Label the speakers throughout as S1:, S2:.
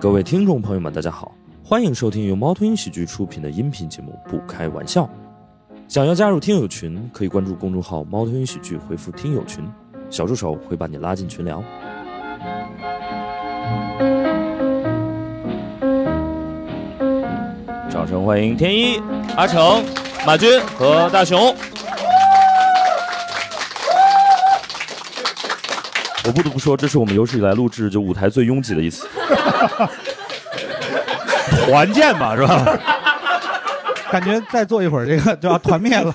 S1: 各位听众朋友们，大家好，欢迎收听由猫头鹰喜剧出品的音频节目《不开玩笑》。想要加入听友群，可以关注公众号“猫头鹰喜剧”，回复“听友群”，小助手会把你拉进群聊。掌声欢迎天一、阿成、马军和大熊。我不得不说，这是我们有史以来录制就舞台最拥挤的一次。
S2: 团建吧，是吧？
S3: 感觉再坐一会儿，这个就要团灭了。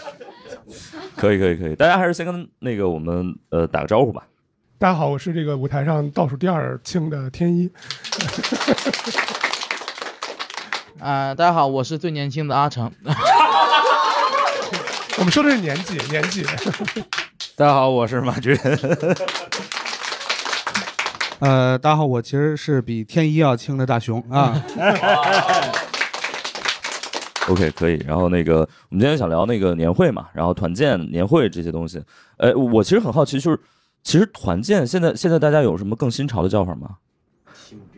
S1: 可以，可以，可以。大家还是先跟那个我们呃打个招呼吧。
S4: 大家好，我是这个舞台上倒数第二轻的天一。
S5: 啊、大家好，我是最年轻的阿成。
S4: 我们说的是年纪，年纪。
S2: 大家好，我是马军。
S3: 呃，大家好，我其实是比天一要轻的大熊啊。
S5: 嗯
S1: OK，可以。然后那个，我们今天想聊那个年会嘛，然后团建、年会这些东西。呃，我其实很好奇，就是其实团建现在现在大家有什么更新潮的叫法吗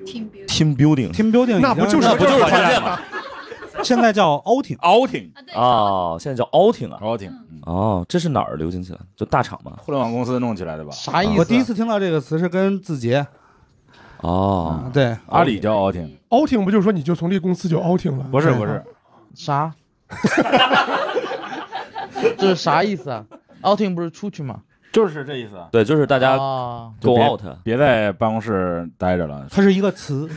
S1: ？Team building。
S3: Team building
S4: 那
S3: 已经
S4: 不就是
S3: 那不就
S4: 团
S3: 是
S1: 团建
S4: 建
S1: 吗？
S3: 现在叫 outing，
S2: 啊 outing
S1: 哦，现在叫 outing 啊。
S2: outing，嗯
S1: 哦，这是哪儿流行起来的？就大厂吗？
S2: 互联网公司弄起来的吧？
S5: 啥意思？啊
S3: 我第一次听到这个词是跟字节，
S1: 哦，
S5: 啊
S3: 对，
S2: 阿里叫 outing，
S4: outing 不就是说你就从这公司就 outing 了？
S2: 不是不是，
S5: 啥？ 这是啥意思啊？outing 不是出去吗？
S2: 就是这意思。
S1: 对，就是大家
S5: 啊，
S1: go
S2: 就别
S1: out。
S2: 别在办公室待着了，
S3: 它是一个词。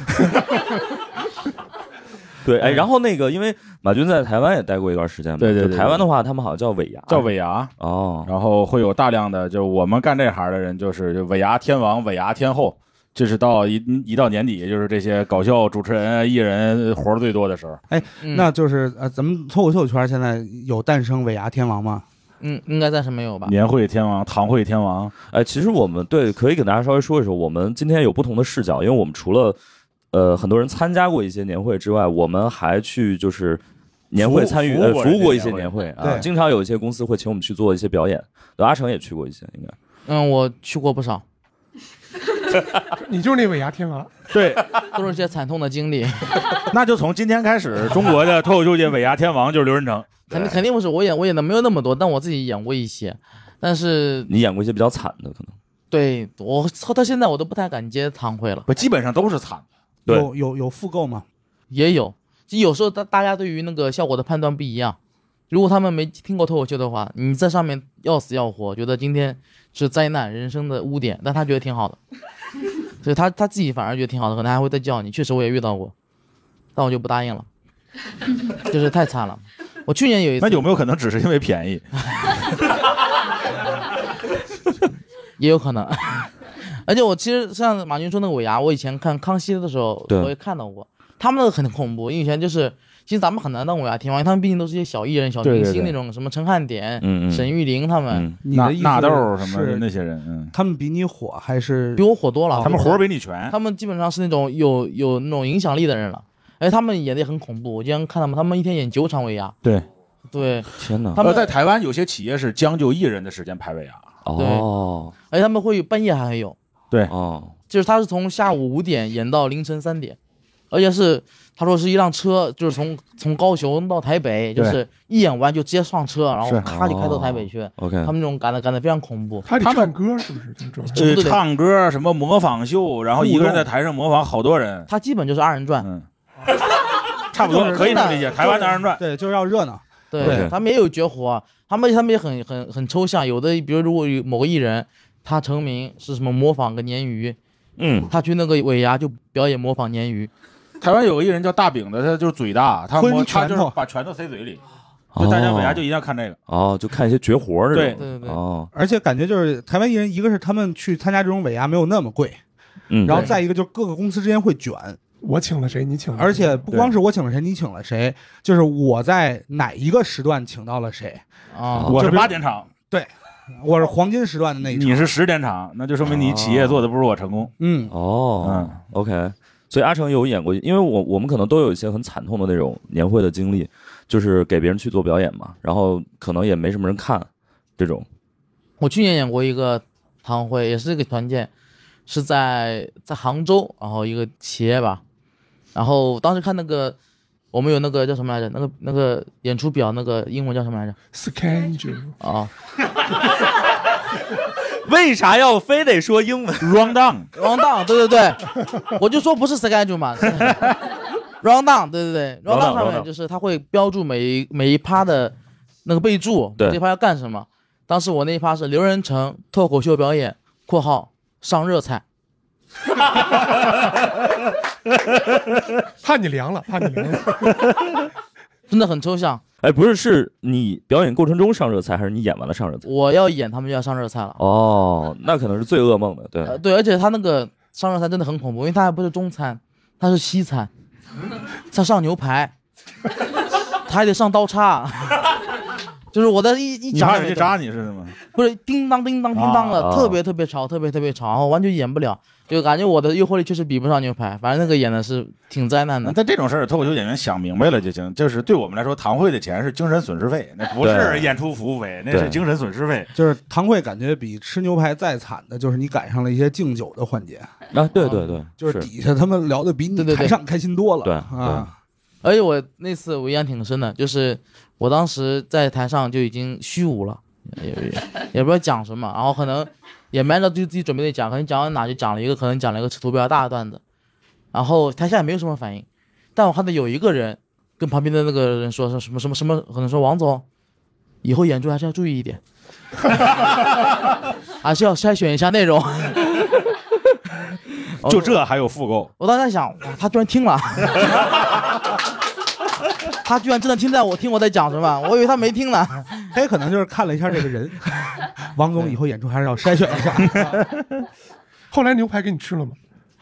S1: 对，哎，然后那个，因为马军在台湾也待过一段时间嘛，
S2: 对对
S1: 就
S2: 对对
S1: 台湾的话，他们好像叫尾牙，
S2: 叫尾牙，
S1: 哦，
S2: 然后会有大量的就是我们干这行的人，就是就尾牙天王、尾牙天后，这是到一一到年底，也就是这些搞笑主持人、艺人活儿最多的 时候。
S5: 嗯、
S3: 哎那就是呃，咱们脱口秀圈现在有诞生尾牙天王吗？
S5: 嗯，应该暂时没有吧？
S2: 年会天王、堂会天王，
S1: 哎，其实我们对可以给大家稍微说一说，我们今天有不同的视角，因为我们除了呃很多人参加过一些年会之外，我们还去就是年会
S2: 服务
S1: 参与
S2: 服务
S1: 呃
S2: 过
S1: 服务过一
S2: 一
S1: 些
S2: 些
S1: 年
S2: 年
S1: 会啊，
S3: 对
S1: 经常有一些公司会请我们去做一些表演，对阿成也去过一些，应该
S5: 嗯，我去过不少，
S4: 你就是那尾牙天王。
S2: 对，
S5: 都是些惨痛的经历。
S2: 那就从今天开始，中国的脱口秀界尾牙天王就是刘仁成。
S5: 肯定肯定不是，我演我演的没有那么多，但我自己演过一些。但是
S1: 你演过一些比较惨的可能，
S5: 对我到现在我都不太敢接堂会了，
S2: 不，基本上都是惨。
S1: 对
S3: 有有有复购吗？
S5: 也有，就有时候大大家对于那个效果的判断不一样。如果他们没听过脱口秀的话，你在上面要死要活，觉得今天是灾难人生的污点，但他觉得挺好的，所以他他自己反而觉得挺好的，可能还会再叫你。确实我也遇到过，但我就不答应了，就是太惨了。我去年有一次
S2: 那有没有可能只是因为便宜？
S5: 也有可能。而且我其实像马军说那个尾牙，我以前看康熙的时候，
S1: 对
S5: 我也看到过，他们那个很恐怖。因为以前就是，其实咱们很难当尾牙天王，因为他们毕竟都是一些小艺人、小
S2: 对对
S5: 明星那
S2: 对
S5: 种，什么陈汉典、
S1: 嗯嗯
S5: 沈玉琳他们，
S1: 嗯，
S3: 你
S2: 纳
S3: 的意思
S2: 纳豆什么的
S3: 是
S2: 那些人，嗯，
S3: 他们比你火还是
S5: 比？我火多了。
S2: 他们活儿比你全。
S5: 他们基本上是那种有有那种影响力的人了。哎，他们演的也很恐怖，我经常看他们，他们一天演九场尾牙。
S2: 对，
S5: 对，
S1: 天哪，
S5: 他们
S2: 呃在台湾有些企业是将就艺人的时间排尾牙，
S1: 哦
S5: 而且哎他们会半夜还会有，
S1: 哦，
S5: 就是他是从下午五点演到凌晨三点，而且是他说是一辆车，就是从从高雄到台北，就
S2: 对
S5: 是一演完就直接上车，然后
S2: 是哦
S5: 咔就开到台北去。
S1: OK，
S5: 他们那种赶的赶的非常恐怖，
S4: 他得
S2: 他
S4: 唱歌是不是？这种
S5: 对
S2: 是
S5: 对对
S2: 唱歌什么模仿秀，然后一个人
S3: 互动
S2: 在台上模仿好多人，
S5: 他基本就是二人转。
S2: 嗯，差不多
S3: 就是
S2: 可以这么理解。台湾的二人转，
S3: 对，就是要热闹。
S5: 对
S1: 对
S5: 他们也有绝活，他们他们也很很很抽象。有的比如如果有某个艺人他成名是什么模仿个鲶鱼，
S1: 嗯，
S5: 他去那个尾牙就表演模仿鲶鱼，
S2: 台湾有个艺人叫大饼的，他就是嘴大，他
S3: 吞
S2: 模
S3: 拳
S2: 他就是
S3: 头
S2: 把拳头塞嘴里，就大家尾牙就
S1: 哦
S2: 一定要看这个。
S1: 哦，就看一些绝活儿这
S2: 对
S1: 种
S5: 对对对
S1: 哦，
S3: 而且感觉就是台湾艺人，一个是他们去参加这种尾牙没有那么贵，
S1: 嗯，
S3: 然后
S5: 对
S3: 再一个就是各个公司之间会卷，
S4: 我请了谁？你请了谁？
S3: 而且不光是我请了谁，你请了谁，就是我在哪一个时段请到了谁。
S5: 啊、
S1: 哦
S2: 我是
S3: 就是
S2: 八点场，
S3: 我是黄金时段的那一场。
S2: 你是十点场，那就说明你企业做的不如我成功。
S3: 嗯，
S1: 哦，
S2: 嗯
S1: OK，所以阿成有演过，因为我我们可能都有一些很惨痛的那种年会的经历，就是给别人去做表演嘛，然后可能也没什么人看，这种
S5: 我去年演过一个堂会，也是这个团建，是在在杭州，然后一个企业吧，然后当时看那个我们有那个叫什么来着，那个那个演出表，那个英文叫什么来着？
S4: Scanger
S5: 啊
S1: 为啥要非得说英文？
S2: ，round down，
S5: ，round down，对对对，我就说不是 schedule 嘛 ，round down，对对对
S1: round
S5: ，round
S1: down，
S5: down 上
S1: round down
S5: 面就是它会标注每一每一趴的那个备注，
S1: 对
S5: 这一趴要干什么。当时我那一趴是刘仁成脱口秀表演（括号上热菜
S4: 怕你凉了，怕你凉了。），
S5: 真的很抽象。
S1: 哎，不是，是你表演过程中上热菜，还是你演完了上热菜？
S5: 我要演他们就要上热菜了。
S1: 哦，那可能是最噩梦的，对。
S5: 呃，对，而且他那个上热菜真的很恐怖，因为他还不是中餐，他是西餐，他上牛排，他还得上刀叉， 就是我在一一
S2: 你
S5: 讲
S2: 怕
S5: 讲
S2: 人
S5: 就
S2: 家扎你是什么？
S5: 不是叮当叮当叮当的，
S1: 啊啊
S5: 特别特别吵，特别特别吵，然后完全演不了，就感觉我的诱惑力确实比不上牛排，反正那个演的是挺灾难
S2: 那
S5: 的。
S2: 但这种事儿，脱口秀演员想明白了就行。就是对我们来说，堂会的钱是精神损失费，那不是
S1: 对
S2: 演出服务费，那
S1: 对
S2: 是精神损失 费。
S3: 就是堂会感觉比吃牛排再惨的，就是你赶上了一些敬酒的环节，
S1: 啊，对对对，
S3: 就是底下他们聊的比
S5: 对
S3: 你
S5: 对对
S3: 台上开 心多了。
S1: 对
S3: 啊，
S5: 而且我那次我印象挺深的，就是我当时在台上就已经虚无了，也也也不知道讲什么，然后可能也没按照自己自己准备的讲，可能讲到哪就讲了一个，可能讲了一个尺度比较大的段子，然后台下也没有什么反应，但我看到有一个人跟旁边的那个人说说什么什么什么，可能说王总，以后演出还是要注意一点， 还是要筛选一下内容。
S2: 就这还有复购，
S5: 哦我当时在想，哇，他居然 听了，他居然真的听在我听我在讲什么，我以为他没听呢。
S3: 他也可能就是看了一下这 个人，王总以后演出还是要筛选一下。
S4: 后来牛排给你吃了吗？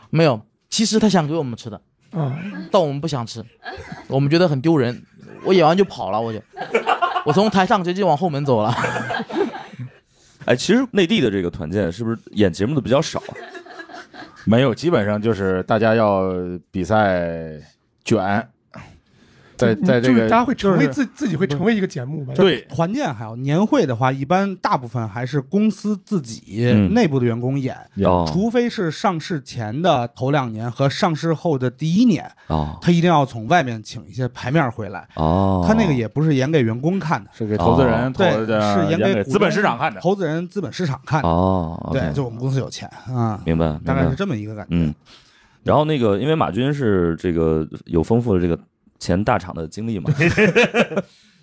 S5: 没有，其实他想给我们吃的，
S4: 啊，
S5: 但我们不想吃，我们觉得很丢人。我演完就跑了，我就，我从台上直接往后门走了。
S1: 哎，其实内地的这个团建是不是演节目的比较少啊？
S2: 没有，基本上就是大家要比赛卷，在在这
S4: 就是大
S2: 个
S4: 家会成为
S3: 就是
S4: 自自己会成为一个节目吧？
S2: 对
S3: 团建还有年会的话，一般大部分还是公司自己
S1: 嗯
S3: 内部的员工演，
S1: 哦
S3: 除非是上市前的头两年和上市后的第一年，
S1: 哦
S3: 他一定要从外面请一些牌面回来。
S1: 哦，
S3: 他那个也不是演给员工看的，
S2: 是给投资人、
S1: 哦
S2: 投
S3: 对，
S2: 的
S3: 是演
S2: 给
S3: 给
S2: 资本市场看的。
S3: 投资人、资本市场看的。
S1: 哦，OK，
S3: 对，就我们公司有钱啊，
S1: 明白明
S3: 大概
S1: 白
S3: 是，这么一个感觉。
S1: 嗯。然后那个，因为马军是这个有丰富的这个前大厂的经 历嘛，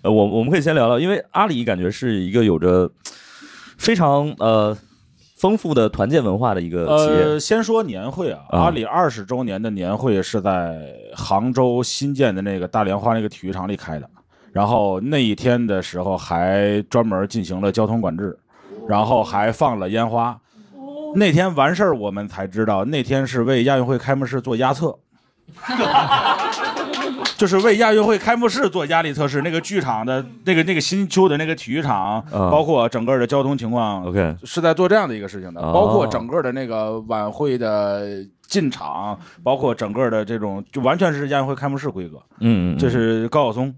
S1: 呃，我我们可以先聊聊，因为阿里感觉是一个有着非常呃丰富的团建文化的一个企业，
S2: 呃，先说年会啊，
S1: 啊
S2: 阿里二十周年的年会是在杭州新建的那个大莲花那个体育场里开的，然后那一天的时候还专门进行了交通管制，然后还放了烟花。那天完事儿，我们才知道那天是为亚运会开幕式做压测， 就是为亚运会开幕式做压力测试。那个剧场的那个那个新修的那个体育场，
S1: 嗯
S2: 包括整个的交通情况
S1: OK，
S2: 是在做这样的一个事情的，
S1: 哦
S2: 包括整个的那个晚会的进场，包括整个的这种，就完全是亚运会开幕式规格。
S1: 嗯嗯，嗯
S2: 这是高晓松，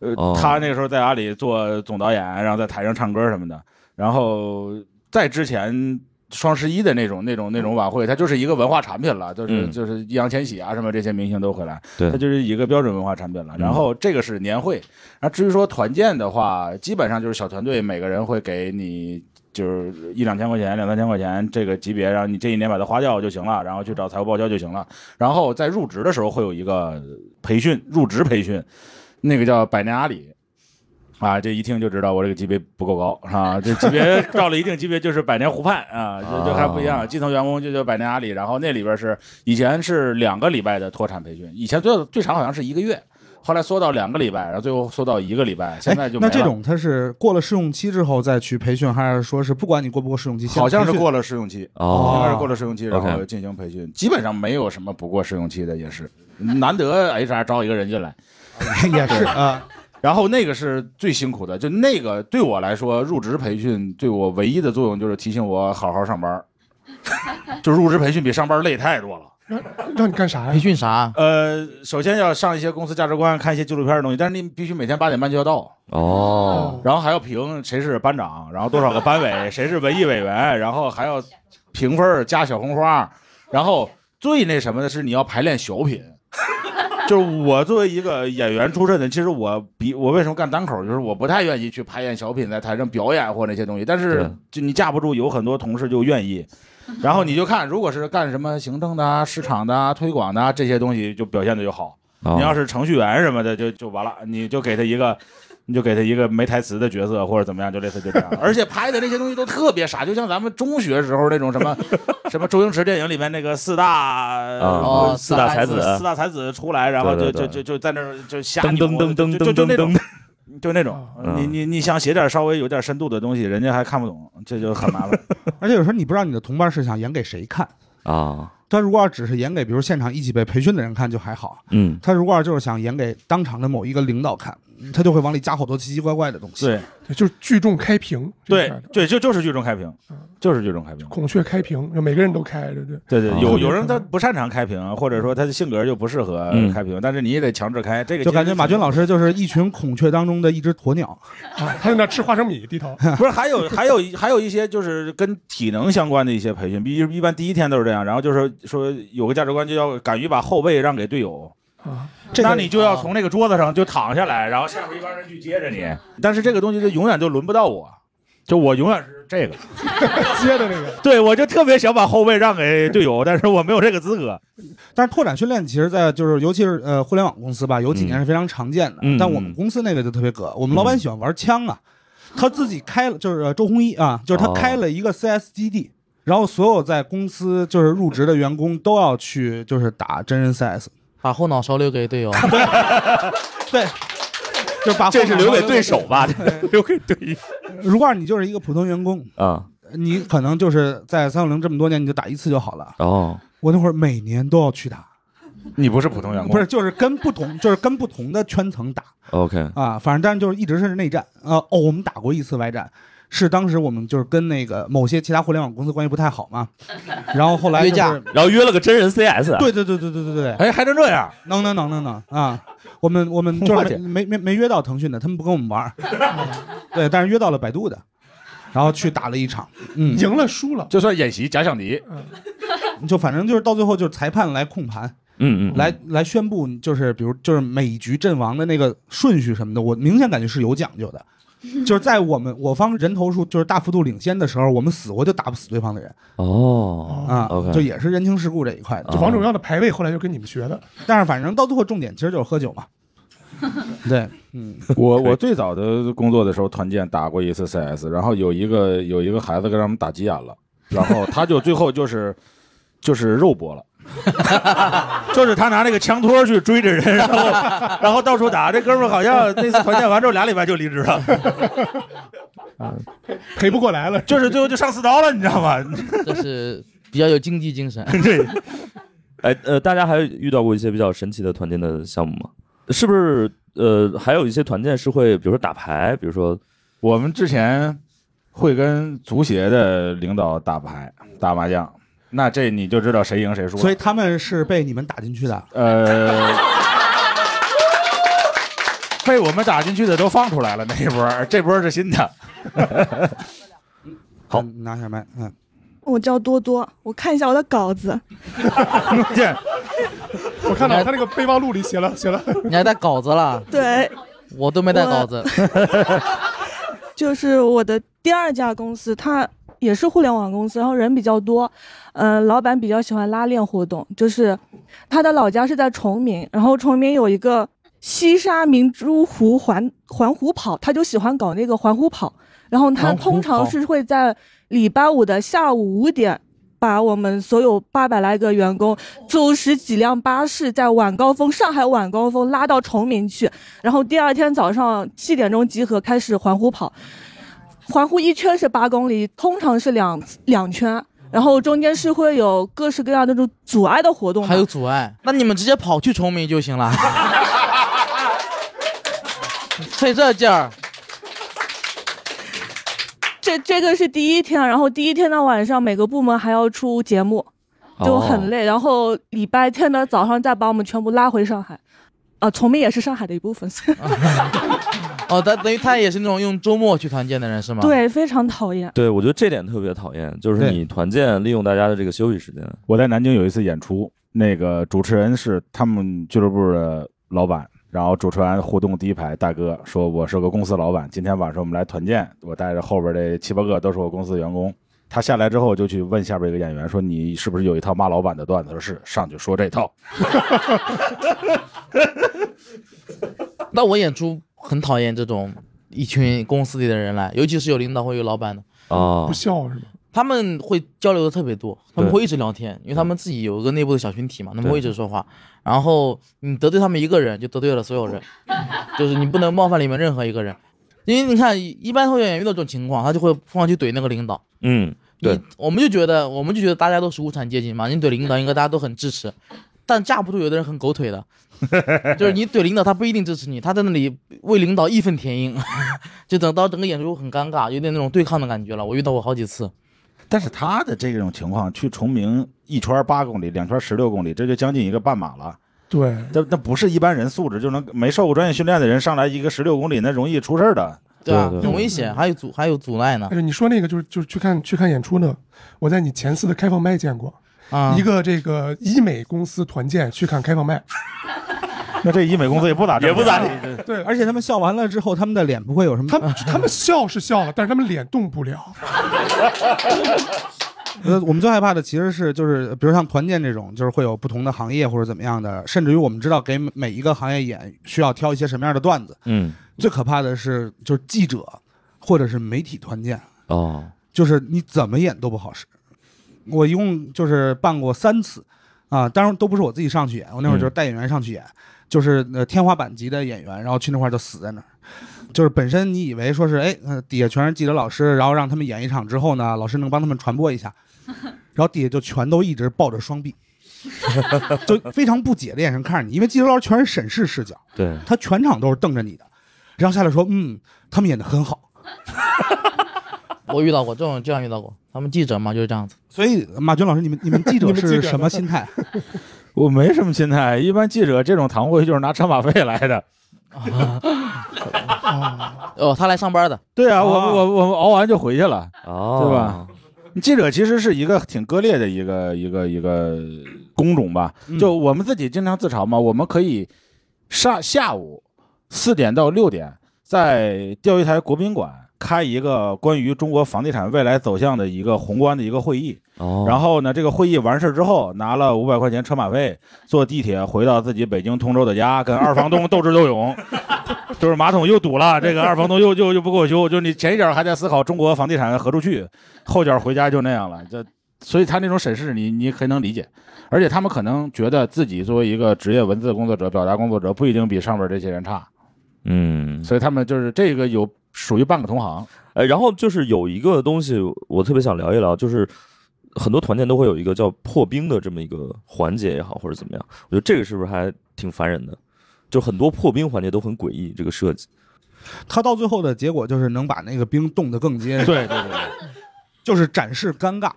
S2: 呃，
S1: 哦
S2: 他那个时候在阿里做总导演，然后在台上唱歌什么的。然后在之前双十一的那种那种那种晚会，它就是一个文化产品了，就是、
S1: 嗯
S2: 就是易烊千玺啊什么这些明星都会来，
S1: 对
S2: 它就是一个标准文化产品了。
S1: 嗯
S2: 然后这个是年会，然后至于说团建的话，基本上就是小团队，每个人会给你。就是一两千块钱、两三千块钱这个级别，然后你这一年把它花掉就行了，然后去找财务报销就行了。然后在入职的时候会有一个培训，入职培训，那个叫百年阿里。啊，这一听就知道我这个级别不够高啊！这级别到了一定级别就是百年湖畔啊，就就还不一
S1: 啊
S2: 样。基层员工就叫百年阿里，然后那里边是以前是两个礼拜的脱产培训，以前最最长好像是一个月，后来缩到两个礼拜，然后最后缩到一个礼拜，现在就没
S3: 哎那
S2: 了
S3: 这种他是过了试用期之后再去培训，还是说是不管你过不过试用期，先
S2: 好像是
S3: 培训
S2: 过了试用期，
S1: 哦
S2: 应该是过了试用期，然
S1: OK
S2: 后进行培训，基本上 没有什么不过试用期的，也是难得 HR 招一个人进来。
S3: 也是啊，
S2: 然后那个是最辛苦的，就那个对我来说，入职培训对我唯一的作用就是提醒我好好上班儿。就入职培训比上班累太多了。
S4: 让让你干啥
S5: 培
S4: 呀？
S5: 训啥？
S2: 呃，首先要上一些公司价值观，看一些纪录片的东西，但是你必须每天八点半就要到，
S1: 哦
S2: 然后还要评谁是班长，然后多少个班委，谁是文艺委员，然后还要评分儿加小红花，然后最那什么的是你要排练小品。 就是我作为一个演员出身的，其实我比我为什么干单口，就是我不太愿意去排演小品，在台上表演或那些东西。但是
S1: 对
S2: 就你架不住有很多同事就 愿意，然后你就看，如果是干什么行政的、啊、市场的、啊、推广的、啊、这些东西，就表现的就好。你要
S1: 是
S2: 是程序员什么的，就就完了，你就给他一个，你就给他一个没台词的角色或者怎么样，就类似就这样。而且拍的那些东西都特别傻，就像咱们中学时候那种什么什么周星驰电影里面那个四大
S1: 哦
S2: 呃
S1: 四大才子
S2: 四大才子出来，然后就
S1: 对
S2: 就
S1: 对对
S2: 就就在那儿就瞎
S1: 噔噔
S2: 扭
S1: 噔噔
S2: 就就
S1: 噔
S2: 就那
S1: 噔
S2: 种
S1: 噔，
S2: 就那种，
S1: 嗯
S2: 你你你想写点稍微有点深度的东西，人家还看不懂，这就很麻 烦。
S3: 而且有时候你不知道你的同伴是想演给谁看。
S1: 啊，
S3: 他如果要只是演给比如现场一起被培训的人看就还好，
S1: 嗯，
S3: 他如果要就是想演给当场的某一个领导看，他就会往里加好多奇奇怪怪的东西。
S2: 对
S4: 对就是聚众开屏，
S2: 对
S4: 这一块的
S2: 对，就就是聚众开屏
S4: 嗯，
S2: 就是聚众开屏。
S4: 孔雀开屏，每个人都开着，对，
S2: 对对，
S1: 啊
S2: 有有人他不擅长开屏，或者说他的性格就不适合
S1: 嗯
S2: 开屏，但是你也得强制开。这个
S3: 就感觉马军
S2: 老
S3: 老师就是一群孔雀当中的一只鸵鸟，
S4: 啊，他在那吃花生米， 低头，
S2: 不是还有还有一还有一些就是跟体能相关的一些培训，比一般第一天都是这样，然后就是说有个价值观就要敢于把后背让给队友，
S4: 啊，
S3: 这个
S2: 那你就要从那个桌子上就躺下来，然后下面一帮人去接着你。但是这个东西就永远就轮不到我，就我永远是 这个，
S4: 接的那个，
S2: 对我就特别想把后背让给队友，但是我没有这个资格。
S3: 但是拓展训练其实，在就是尤其是呃互联网公司吧，有几年是非常常见的。
S1: 嗯
S3: 但我们公司那个就特别葛，我们老板喜欢玩枪啊，他自己开了，就是呃周鸿祎啊，就是他
S1: 哦
S3: 开了一个 CS 基地，然后所有在公司就是入职的员工都要去就是打真人 CS，
S5: 把后脑勺留给 队友。
S3: 对，就把
S1: 这是留给对手吧
S3: 对
S1: 留给对
S3: 如果你就是一个普通员工，
S1: 啊，
S3: 你可能就是在三六零这么多年你就打一次就好了。
S1: 哦，
S3: 我那会儿每年都要去打，
S2: 你不是普通员工，
S3: 不是就是跟不同就是跟不同的圈层打。
S1: OK，
S3: 啊，反正但是就是一直是内战啊、呃哦，我们打过一次外战，是当时我们就是跟那个某些其他互联网公司关系不太好嘛， 然后后来、就是、
S5: 约架。
S1: 然后约了个真人啊 CS，
S3: 对对对对对对对，
S2: 哎，还真这样。
S3: 能能能能能啊！我们我们就
S2: 我
S3: 是
S2: 天
S3: 没没没没约到腾讯的，他们不跟我们玩儿，对，但是约到了百度的，然后去打了一场，嗯，
S4: 赢了输了，
S2: 就算演习假想敌，
S4: 嗯，
S3: 就反正就是到最后就是裁判来控盘，
S1: 嗯，嗯嗯，
S3: 来来宣布就是比如就是每局阵亡的那个顺序什么的，我明显感觉是有讲究的。就是在我们我方人头数就是大幅度领先的时候，我们死活就打不死对方的人
S1: 哦，
S4: 哦，
S3: 啊
S1: OK
S3: 就也是人情世故这一块的。
S4: 这王者荣耀的排位后来就跟你们学的，
S3: 但是反正到最后重点其实就是喝酒嘛。对，嗯，
S2: 我
S1: 可以
S2: 我最早的工作的时候，团建打过一次 CS，然后有一个有一个孩子给他们打急眼了，然后他就最后就是就是肉搏 了。就是他拿那个枪托去追着人，然后然后到处打。这哥们儿好像那次团建完之后俩礼拜就离职了，
S4: 赔不过来了，
S2: 就是最后就上刺刀了，你知道吗？
S5: 这是比较有竞技精神。
S2: 对，
S1: 哎呃，大家还遇到过一些比较神奇的团建的项目吗？是不是呃，还有一些团建是会，比如说打牌，比如说
S2: 我们之前会跟足协的领导打牌打麻将，那这你就知道谁赢谁输了。
S3: 所以他们是被你们打进去的。
S2: 呃，被我们打进去的都放出来了那一波，这波是新的。
S1: 好
S3: 嗯，拿下麦，嗯，
S6: 我叫多多，我看一下我的稿子。
S2: 这
S4: 我看到他那个备忘录里写了写了，
S5: 你还带稿子了？
S6: 对，
S5: 我都没带稿子。
S6: 就是我的第二家公司，它也是互联网公司，然后人比较多，呃，老板比较喜欢拉练活动，就是他的老家是在崇明，然后崇明有一个西沙明珠湖环环湖跑，他就喜欢搞那个环湖跑，然后他
S5: 环湖
S6: 通常
S5: 跑
S6: 是会在礼拜五的下午五点。把我们所有八百来个员工，走十几辆巴士，在晚高峰上海晚高峰拉到崇明去，然后第二天早上七点钟集合，开始环湖跑。环湖一圈是八公里，通常是两两圈，然后中间是会有各式各样的那种阻碍的活动嘛。
S5: 还有阻碍，那你们直接跑去崇明就行了。费这劲儿，
S6: 这这个是第一天，然后第一天的晚上每个部门还要出节目，就很
S1: 累。
S5: 哦
S6: 累。然后礼拜天的早上再把我们全部拉回上海。呃，崇明也是上海的一部分，所以
S5: 啊哦，他等于他也是那种用周末去团建的人是吗？，
S6: 对，非常讨厌。
S1: 对，我觉得这点特别讨厌，就是
S3: 对
S1: 你团建利用大家的这个休息时间。
S2: 我在南京有一次演出，那个主持人是他们俱乐部的老板，然后主持完互动第一排大哥说：“我是个公司老板，今天晚上我们来团建，我带着后边这七八个都是我公司的员工。”他下来之后就去问下边一个演员说：“你是不是有一套骂老板的段子？”说是，上去说这套。
S5: 那我演出很讨厌这种一群公司里的人来，尤其是有领导或有老板的，
S1: 哦
S4: 不，笑是吗？
S5: 他们会交流的特别多，他们
S1: 对
S5: 会一直聊天，因为他们自己有一个内部的小群体嘛，他们
S1: 对
S5: 会一直说话。然后你得罪他们一个人，就得罪了所有人，就是你不能冒犯里面任何一个人，因为你看一般会演员遇到这种情况，他就会冲上去怼那个领导。
S1: 嗯，对
S5: 你，我们就觉得，我们就觉得大家都是无产阶级嘛，你怼领导应该大家都很支持，但架不住有的人很狗 腿的，就是你怼领导他不一定支持你，他在那里为领导义愤填膺， 就等到整个演出很尴尬，有点那种对抗的感觉了。我遇到过好几 次，
S2: 但是他的这种情况，去崇明一圈八公里，两圈十六公里，这就将近一个半马了。
S4: 对，
S2: 这那不是一般人素质就能没受过专业训练的人上来一个十六公里，那容易出事儿的。
S5: 对吧？
S1: 对对哎
S5: 很危险，还有阻还有阻碍
S2: 啊
S5: 呢
S4: 但。是哎你说那个就是就是去看去看演出呢，我在你前四的开放麦见过。
S5: 啊、
S4: 一个这个医美公司团建去看开放 麦，
S2: 那这医美公司也不咋也不咋地。
S4: 对，而
S3: 而且他们笑完了之后，他们的脸不会有什么
S4: 他们他们笑是笑了，但是他们脸动不了。
S3: 呃，我们最害怕的其实是就是，比如像团建这种，就是会有不同的行业或者怎么样的，甚至于我们知道给每每一个行业演需要挑一些什么样的段子。
S1: 嗯，
S3: 最可怕的是就是记者或者是媒体团建，
S1: 哦，
S3: 就是你怎么演都不好使。我一共就是办过三次，啊，当然都不是我自己上去演，我那会儿就是带演员上去演，就是呃天花板级的演员，然后去那块儿就死在那儿。就是本身你以为说是哎，呃底下全是记者老师，然后让他们演一场之后呢，老师能帮他们传播一下，然后底下就全都一直抱着双臂， 就非常不解的眼神看着你，因为记者老师全是审视视角，
S1: 对，
S3: 他全场都是瞪着你的，然后下来说嗯，他们演的很好，
S5: 我遇到过这种这样遇到过，他们记者嘛就是这样子。
S3: 所以马军老师，你们你们记
S4: 你
S3: 者
S4: 们记者
S3: 是什么心态？
S2: 我没什么心态，一般记者这种堂会就是拿车马费来的。
S5: 哦，他来上班的，
S2: 对啊，我
S3: 哦
S2: 们我们我们熬完就回去了。
S1: 哦，
S2: 对吧？记者其实是一个挺割裂的一个一个一个工种吧，
S3: 嗯
S2: 就我们自己经常自嘲嘛，我们可以上下午四点到六点在钓鱼台国宾馆开一个关于中国房地产未来走向的一个宏观的一个会议。
S1: 哦，
S2: 然后呢，这个会议完事儿之后，拿了五百块钱车马费，坐地铁回到自己北京通州的家，跟二房东斗智斗勇，就是马桶又堵了，这个二房东又又又不给我修，就是你前一脚还在思考中国房地产何处去，后脚回家就那样了，这。所以他那种审视你，你很能理解，而且他们可能觉得自己作为一个职业文字工作者、表达工作者，不一定比上面这些人差，
S1: 嗯，
S2: 所以他们就是这个有属于半个同行。
S1: 呃，然后就是有一个东西，我特别想聊一聊，就是很多团建都会有一个叫破冰的这么一个环节也好，或者怎么样，我觉得这个是不是还挺烦人的？就很多破冰环节都很诡异，这个设计。
S3: 他到最后的结果就是能把那个冰冻得更结实，
S2: 对对对对，
S3: 就是展示尴尬，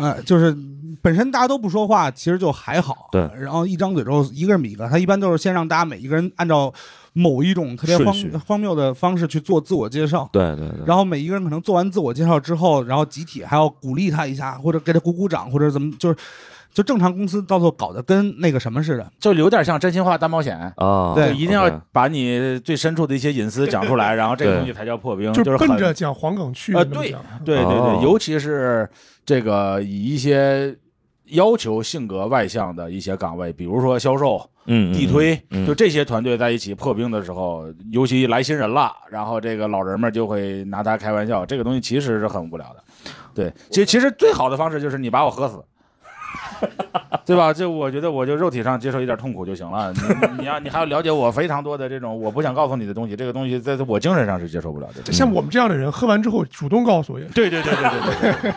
S3: 呃，就是本身大家都不说话，其实就还好。
S1: 对
S3: 然后一张嘴之后，一个人比一个，他一般都是先让大家每一个人按照某一种特别荒
S1: 顺序
S3: 荒谬的方式去做自我介绍。
S1: 对对对，
S2: 嗯
S3: 哦然后每一个人可能做完自我介绍之后，然后集体还要鼓励他一下，或者给他鼓鼓掌，或者怎么，就是就正常公司到最后搞得跟那个什么似的，
S2: 就有点像真心话大冒险。
S1: 啊，
S3: 对
S2: 就一定
S1: OK
S2: 要把你最深处的一些隐私讲出来，然后这个
S1: 对
S2: 东西才叫破冰，
S4: 就是
S2: 很
S4: 奔着讲黄梗去
S2: 呃
S4: 的那么
S2: 对
S4: 讲，
S2: 对对
S1: 哦
S2: 对，尤其是这个以一些要求性格外向的一些岗位，比如说销售、
S1: 嗯，嗯
S2: 地，推
S1: 嗯，
S2: 就这些团队在一起破冰的时候，尤其来新人了，然后这个老人们就会拿他开玩笑，这个东西其实是很无聊的。对，其实其实最好的方式就是你把我喝死。 对吧？就我觉得，我就肉体上接受一点痛苦就行了。你你要你还要了解我非常多的这种我不想告诉你的东西，这个东西在我精神上是接受不了的。
S4: 像我们这样的人，喝完之后主动告诉我，
S2: 对对对对对对，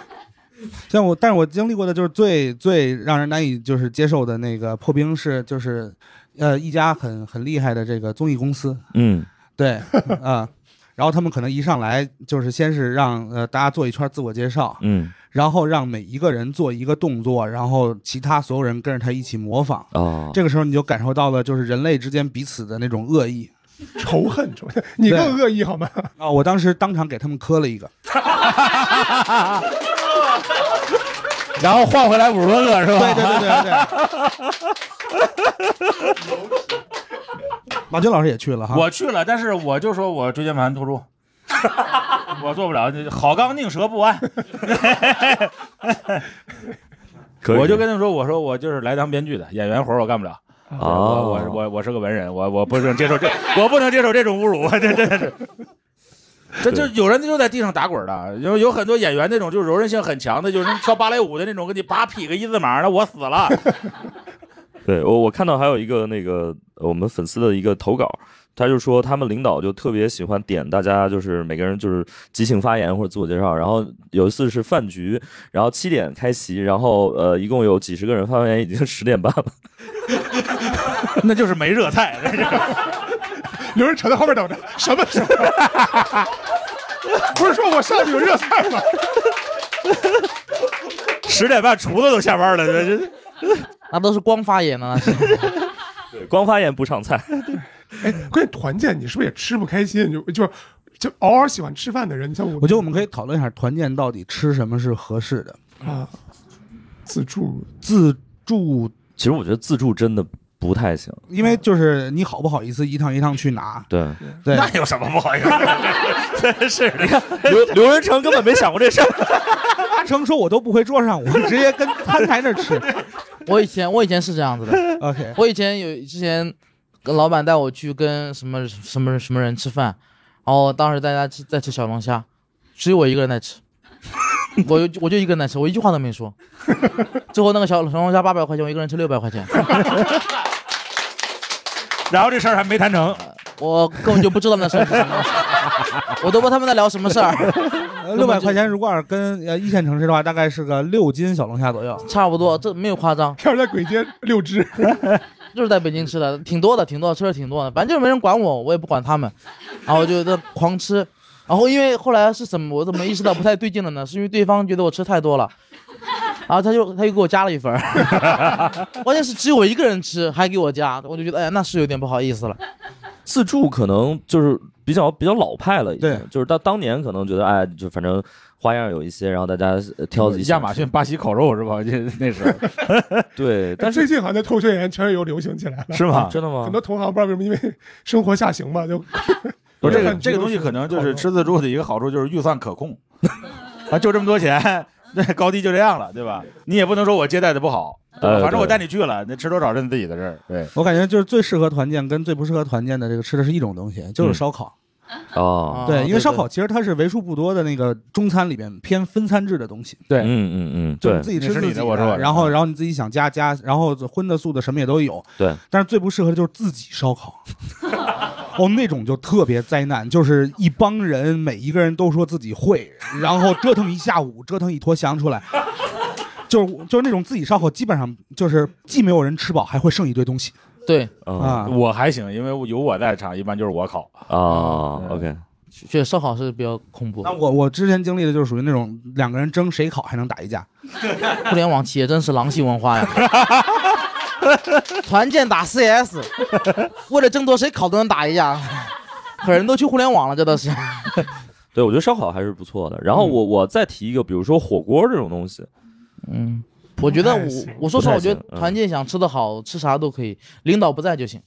S3: 像我，但是我经历过的就是最最让人难以就是接受的那个破冰是，就是，呃，一家很很厉害的这个综艺公司，
S1: 嗯，
S3: 对，啊、然后他们可能一上来就是先是让呃大家做一圈自我介绍，
S1: 嗯
S3: 然后让每一个人做一个动作，然后其他所有人跟着他一起模仿。
S1: 哦，
S3: 这个时候你就感受到了，就是人类之间彼此的那种恶意
S4: 仇恨仇恨，你更恶意好吗？
S3: 啊！我当时当场给他们磕了一个，
S2: 然后换回来五十多个是吧？
S3: 对 对对对对。马军老师也去了哈，
S2: 我去了，但是我就说我椎间盘 突出，我做不了，好钢宁折不弯。
S1: 可以
S2: 我就跟他说，我说我就是来当编剧的，演员活儿我干不了。
S1: 哦，
S2: 我我我我是个文人，我我不能接受这， 我不能接受这种侮辱，这这这这。这就有人就在地上打滚的，有有很多演员那种就是柔韧性很强的，就是跳芭蕾舞的那种，给你啪劈个一字马，那我死了。
S1: 对我我看到还有一个那个呃我们粉丝的一个投稿，他就说他们领导就特别喜欢点大家，就是每个人就是即兴发言或者自我介绍。然后有一次是饭局，然后七点开席，然后呃一共有几十个人，发言已经十点半了。
S2: 那就是没热菜，那是
S4: 有人扯在后面等着，什么时候？ 不是说我上去有热菜吗？
S2: 十点半厨子都下班了，这这
S5: 那都是光发言的， 那是
S1: 对，光发言不上菜。
S4: 哎，关键团建你是不是也吃不开心？就就就偶尔喜欢吃饭的人，你像我，
S3: 我觉得我们可以讨论一下团建到底吃什么是合适的。
S4: 啊，自助
S3: 自助，
S1: 其实我觉得自助真的不太行。
S3: 因为就是你好不好意思一趟一趟去拿，
S1: 对，
S3: 对，
S2: 那有什么不好意思？真是的。
S1: 刘刘仁成根本没想过这事儿。
S3: 阿成说我都不回桌上，我直接跟摊台那儿吃。
S5: 我以前我以前是这样子的，
S3: OK，
S5: 我以前有之前，跟老板带我去跟什么什么什么人吃饭，然后当时大家吃在吃小龙虾，只有我一个人在吃，我就我就一个人在吃，我一句话都没说。最后那个小小龙虾八百块钱，我一个人吃六百块钱，
S2: 然后这事儿还没谈成，
S5: 我根本就不知道那事儿是什么，我都不知道他们在聊什么事儿，
S3: 六百块钱如果要是跟呃一线城市的话，大概是个六斤小龙虾左右。
S5: 差不多，这没有夸张，
S4: 要是在鬼街六只，
S5: 就是在北京吃的，挺多的，挺多的，吃的挺多的，反正就是没人管我，我也不管他们，然后我就在狂吃，然后因为后来是怎么我怎么意识到不太对劲了呢？是因为对方觉得我吃太多了，然后他就他又给我加了一份儿， 关键是只有我一个人吃，还给我加，我就觉得哎呀那是有点不好意思了。
S1: 自助可能就是比较比较老派了，已
S3: 对
S1: 经就是到当年可能觉得哎，就反正花样有一些，然后大家呃挑一下
S2: 亚马逊巴西烤肉是吧？这那时候
S1: 对，但是
S4: 哎最近好像在脱口秀演员圈又流行起来了。
S2: 是
S3: 啊
S2: 吗？
S1: 真的吗
S4: 很？多同行不知道为什么，因为生活下行嘛，就
S2: 不是这个
S4: 对
S2: 这个东西可能就是吃自助的一个好处，就是预算可控，啊，就这么多钱，那高低就这样了，对吧？你也不能说我接待的不好，对吧
S1: 呃
S2: 反正我
S1: 对
S2: 带你去了，那吃多少是你自己的事儿。对，
S3: 我感觉就是最适合团建跟最不适合团建的这个吃的是一种东西，
S1: 嗯
S3: 就是烧烤。
S1: 哦，
S5: 啊
S3: 对，因为烧烤其实它是为数不多的那个中餐里面偏分餐制的东西，
S2: 对
S1: 嗯嗯嗯，
S3: 就
S1: 对啊
S3: 是自己吃
S2: 你是
S3: 自
S2: 你
S3: 己
S2: 的我是我的
S3: 然后然后你自己想加加，然后荤的素的什么也都有。
S1: 对，啊
S3: 但是最不适合的就是自己烧烤。 哦，那种就特别灾难，就是一帮人，每一个人都说自己会，然后折腾一下午，折腾一坨翔出来，就是就是那种自己烧烤，基本上就是既没有人吃饱，还会剩一堆东西
S5: 对，
S1: 啊
S3: 啊。
S2: 嗯我还行，因为有我在场，一般就是我烤。
S1: 哦，OK，
S5: 确实烧烤是比较恐怖
S3: 那
S5: 的，
S3: 我我之前经历的就是属于那种两个人争谁烤还能打一架，
S5: 互联网企业真是狼性文化呀。 团建打 CS，为了争夺谁烤都能打一架，可人都去互联网了，这都 是。
S1: 对我觉得烧烤还是不错的。然后我我再提一个，比如说火锅这种东西，
S5: 嗯，我觉得
S4: 太
S5: 我
S4: 行
S5: 我说实话，
S1: 不太行
S5: 我
S1: 嗯
S5: 觉得团建想吃的好，吃啥都可以，领导不在就 行。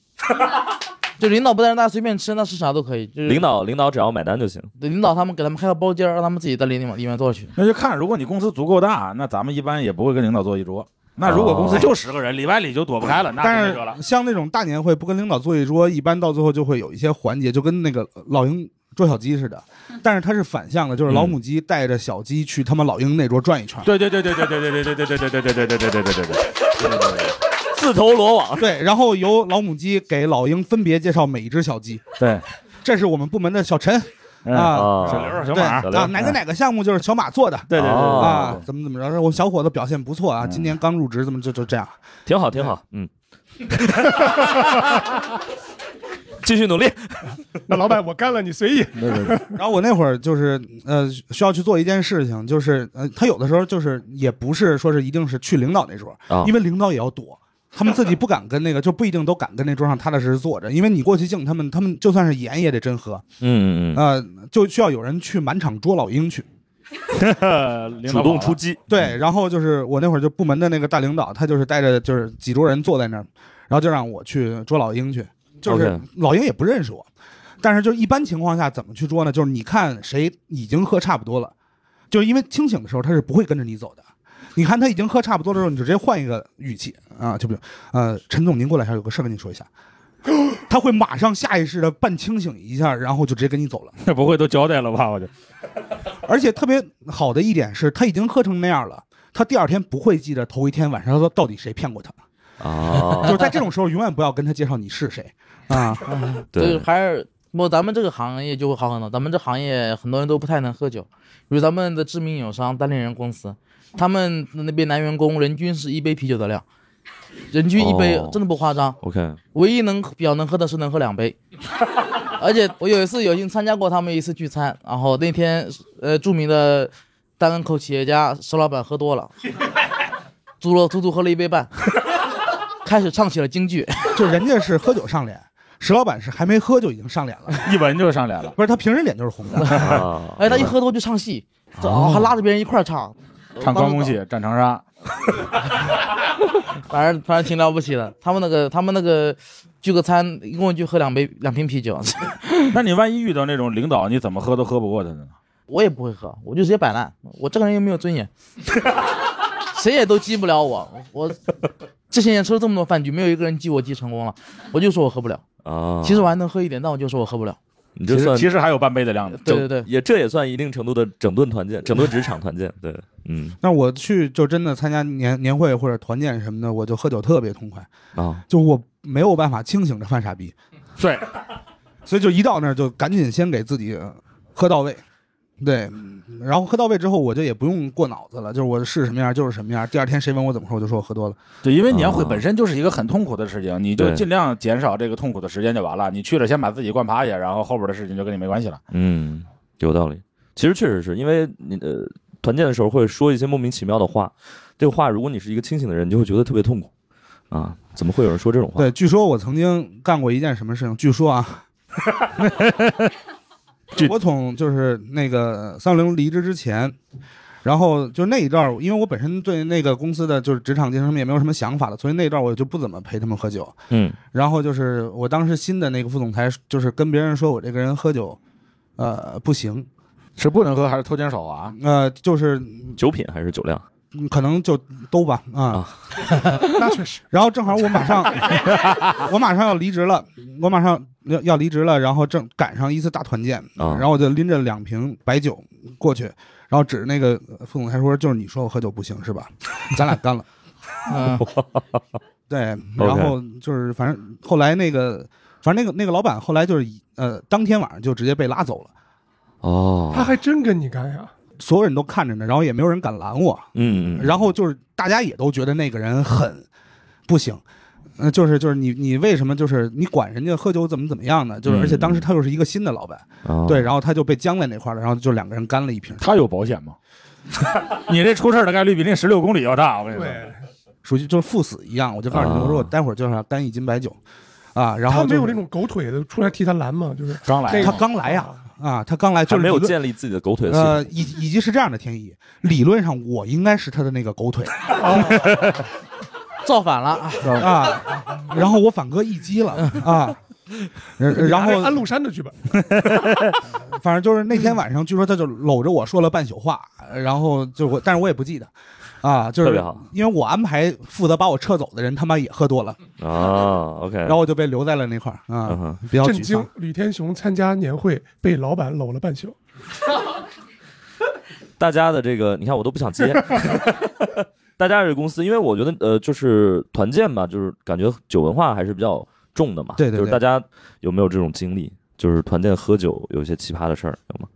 S5: 就领导不在，让大家随便吃，那吃啥都可以。就是
S1: 领导领导只要买单就行。
S5: 对领导他们给他们开个包间儿，让他们自己在里面里面坐去。
S2: 哎那就看，如果你公司足够大，那咱们一般也不会跟领导坐一桌。那如果公
S5: 哦
S2: 司就十个人，里外里就躲不开了，那就
S3: 但
S2: 没辙了
S3: 是。像那种大年会不跟领导坐一桌，一般到最后就会有一些环节，就跟那个老鹰捉小鸡似的，但是它是反向的，就
S2: 嗯
S3: 是老母鸡带着小鸡去他们老鹰那桌转一圈。
S2: 对对对对对对对对对对对对对对对对对对对对
S1: 自投罗网，
S3: 对，然后由老母鸡给老鹰分别介绍每一只小鸡。
S2: 对
S3: 这是我们部门的小陈
S2: 嗯
S3: 啊，
S1: 啊
S2: 小刘儿小
S3: 对
S2: 马儿嗯
S3: 啊
S1: 小，刘
S3: 哪个哪个项目就是小马做的
S2: 对对对嗯
S1: 哦
S3: 啊，怎么怎么着？我小伙子表现不错啊，今年刚入职，怎么就就这样？
S1: 挺好挺好，嗯，继续努 力。
S4: 那老板我干了，你随意。
S1: 没问题
S3: 然后我那会儿就是呃，需要去做一件事情，就是呃，他有的时候就是也不是说是一定是去领导那桌，
S1: 啊
S3: 因为领导也要躲，他们自己不敢跟那个，就不一定都敢跟那桌上踏踏实实坐着，因为你过去敬他们，他们就算是盐也得真喝，
S1: 嗯嗯
S3: 呃，就需要有人去满场捉老鹰 去。
S1: 嗯，主动出击。
S3: 对，然后就是我那会儿就部门的那个大领导，他就是带着就是几桌人坐在那儿，然后就让我去捉老鹰去，就是
S1: OK
S3: 老鹰也不认识我，但是就是一般情况下怎么去捉呢？就是你看谁已经喝差不多了，就是因为清醒的时候他是不会跟着你走的。你看他已经喝差不多的时候，你就直接换一个语气啊，就比如，呃，陈总，您过来一下，有个事儿跟你说 一下。他会马上下意识的半清醒一下，然后就直接跟你走了。
S2: 那 不会都交代了吧？我就
S3: 而且特别好的一点是，他已经喝成那样了，他第二天不会记得头一天晚上他到底谁骗过他。 就
S1: 啊，
S3: 是在这种时候，永远不要跟他介绍你是谁啊！
S5: 就是
S1: 对，
S5: 还是不，咱们这个行业就会好很多。咱们这行业很多人都不太能喝酒，比如咱们的知名友商单立人公司，他们那边男员工人均是一杯啤酒的量，人均一杯，
S1: 哦
S5: 真的不夸张。
S1: OK，
S5: 唯一能比较能喝的是能喝两杯。 而且我有一次有幸参加过他们一次聚餐，然后那天呃著名的单口企业家石老板喝多了， 足了足足喝了一杯半， 开始唱起了京剧。
S3: 就人家是喝酒上脸，石老板是还没喝就已经上脸了，
S2: 一闻就上脸了。
S3: 不是他平时脸就是红的。
S1: 啊，
S5: 哎，他一喝多就唱戏，这
S3: 啊
S5: 哦还拉着别人一块儿唱，
S2: 唱关公戏，战长 沙，
S5: 反正反正挺了不起的。他们那个他们那个聚个餐，一共就喝两杯两瓶啤酒，
S2: 那你万一遇到那种领导，你怎么喝都喝不过他呢？
S5: 我也不会喝，我就直接摆烂。我这个人又没有尊严， 谁也都激不了我。我这些年吃了这么多饭局，没有一个人激我激成功了。我就说我喝不了，
S1: 啊，
S5: 其实我还能喝一点，但我就说我喝不了。
S1: 你
S2: 其
S1: 这
S2: 实
S1: 算
S2: 其实还有半杯的量的。
S5: 对对对，
S1: 也这也算一定程度的整顿团建，整顿职场团建。对，嗯
S3: 那我去就真的参加年年会或者团建什么的，我就喝酒特别痛快，
S1: 啊，
S3: 就我没有办法清醒着犯傻逼，
S2: 对，
S3: 所以就一到那儿就赶紧先给自己呃喝到位。对，然后喝到位之后，我就也不用过脑子了，就是我是什么样就是什么样。第二天谁问我怎么说，我就说我喝多了。
S2: 对，因为年会
S1: 啊
S2: 本身就是一个很痛苦的事情，你就
S1: 对
S2: 尽量减少这个痛苦的时间就完了。你去了，先把自己灌趴下，然后后边的事情就跟你没关系了。
S1: 嗯，有道理。其实确实是因为你呃团建的时候会说一些莫名其妙的话，这个话如果你是一个清醒的人，你就会觉得特别痛苦啊。怎么会有人说这种话？
S3: 对，据说我曾经干过一件什么事情，据说啊，我从就是那个三六零离职之前，然后就那一段儿，因为我本身对那个公司的就是职场晋升也没有什么想法了，所以那一段儿我就不怎么陪他们喝酒。
S1: 嗯
S3: 然后就是我当时新的那个副总裁，就是跟别人说我这个人喝酒，呃，不行，
S2: 是不能喝还是偷奸手啊？
S3: 呃，就是
S1: 酒品还是酒量？
S3: 嗯可能就都吧啊。
S4: 那确实，
S3: 然后正好我马 上，我马上要离职了，我马上要要离职了，然后正赶上一次大团建，
S1: 啊
S3: 然后我就拎着两瓶白酒过去，然后指着那个副总裁说：“就是你说我喝酒不行是吧？咱俩 干了。
S5: 嗯，”
S3: 对，然后就是反正后来那个，反正那个那个老板后来就是以呃当天晚上就直接被拉走了，
S1: 哦，
S4: 他还真跟你干呀。
S3: 所有人都看着呢，然后也没有人敢拦我，
S1: 嗯嗯
S3: 然后就是大家也都觉得那个人很不行，嗯、就是就是你你为什么就是你管人家喝酒怎么怎么样呢？就是
S1: 嗯
S3: 而且当时他又是一个新的老板，
S1: 啊
S3: 对，然后他就被僵在那块儿了，然后就两个人干了一瓶。
S2: 他有保险吗？ 你这出事儿的概率比那十六公里要大，我跟你说。
S4: 对，
S3: 属于就是赴死一样。我就告诉你，
S1: 啊
S3: 我说我待会儿就是要干一斤白酒，啊，然后
S4: 他没有
S3: 就
S4: 那
S3: 是
S4: 种狗腿的出来替他拦嘛，就是
S2: 刚来
S4: 那
S3: 他
S4: 个
S3: 刚来呀、啊，他刚来就
S1: 还
S3: 是
S1: 没有
S3: 理论
S1: 建立自己的狗腿的系统。
S3: 呃，以以及是这样的天意，理论上我应该是他的那个狗腿
S4: 哦
S5: 造反了啊！
S3: 啊， 然后我反戈一击了啊，然然
S4: 拿着安
S3: 后
S4: 禄山的剧本，
S3: 反正就是那天晚上，据说他就搂着我说了半宿话，然后就我，但是我也不记得啊，就
S1: 特别
S3: 是
S1: 好
S3: 因为我安排负责把我撤走的人他妈也喝多了，
S1: 啊，OK，
S3: 然后我就被留在了那块儿
S1: 嗯
S3: 啊
S1: 哼，
S3: 比较
S4: 震
S3: 沮
S4: 惊
S3: 丧。！
S4: 吕天雄参加年会被老板搂了半宿，
S1: 大家的这个，你看我都不想 接。大家这个公司，因为我觉得呃，就是团建嘛，就是感觉酒文化还是比较重的嘛。
S3: 对对对
S1: 就是大家有没有这种经历？就是团建喝酒有一些奇葩的事儿有吗？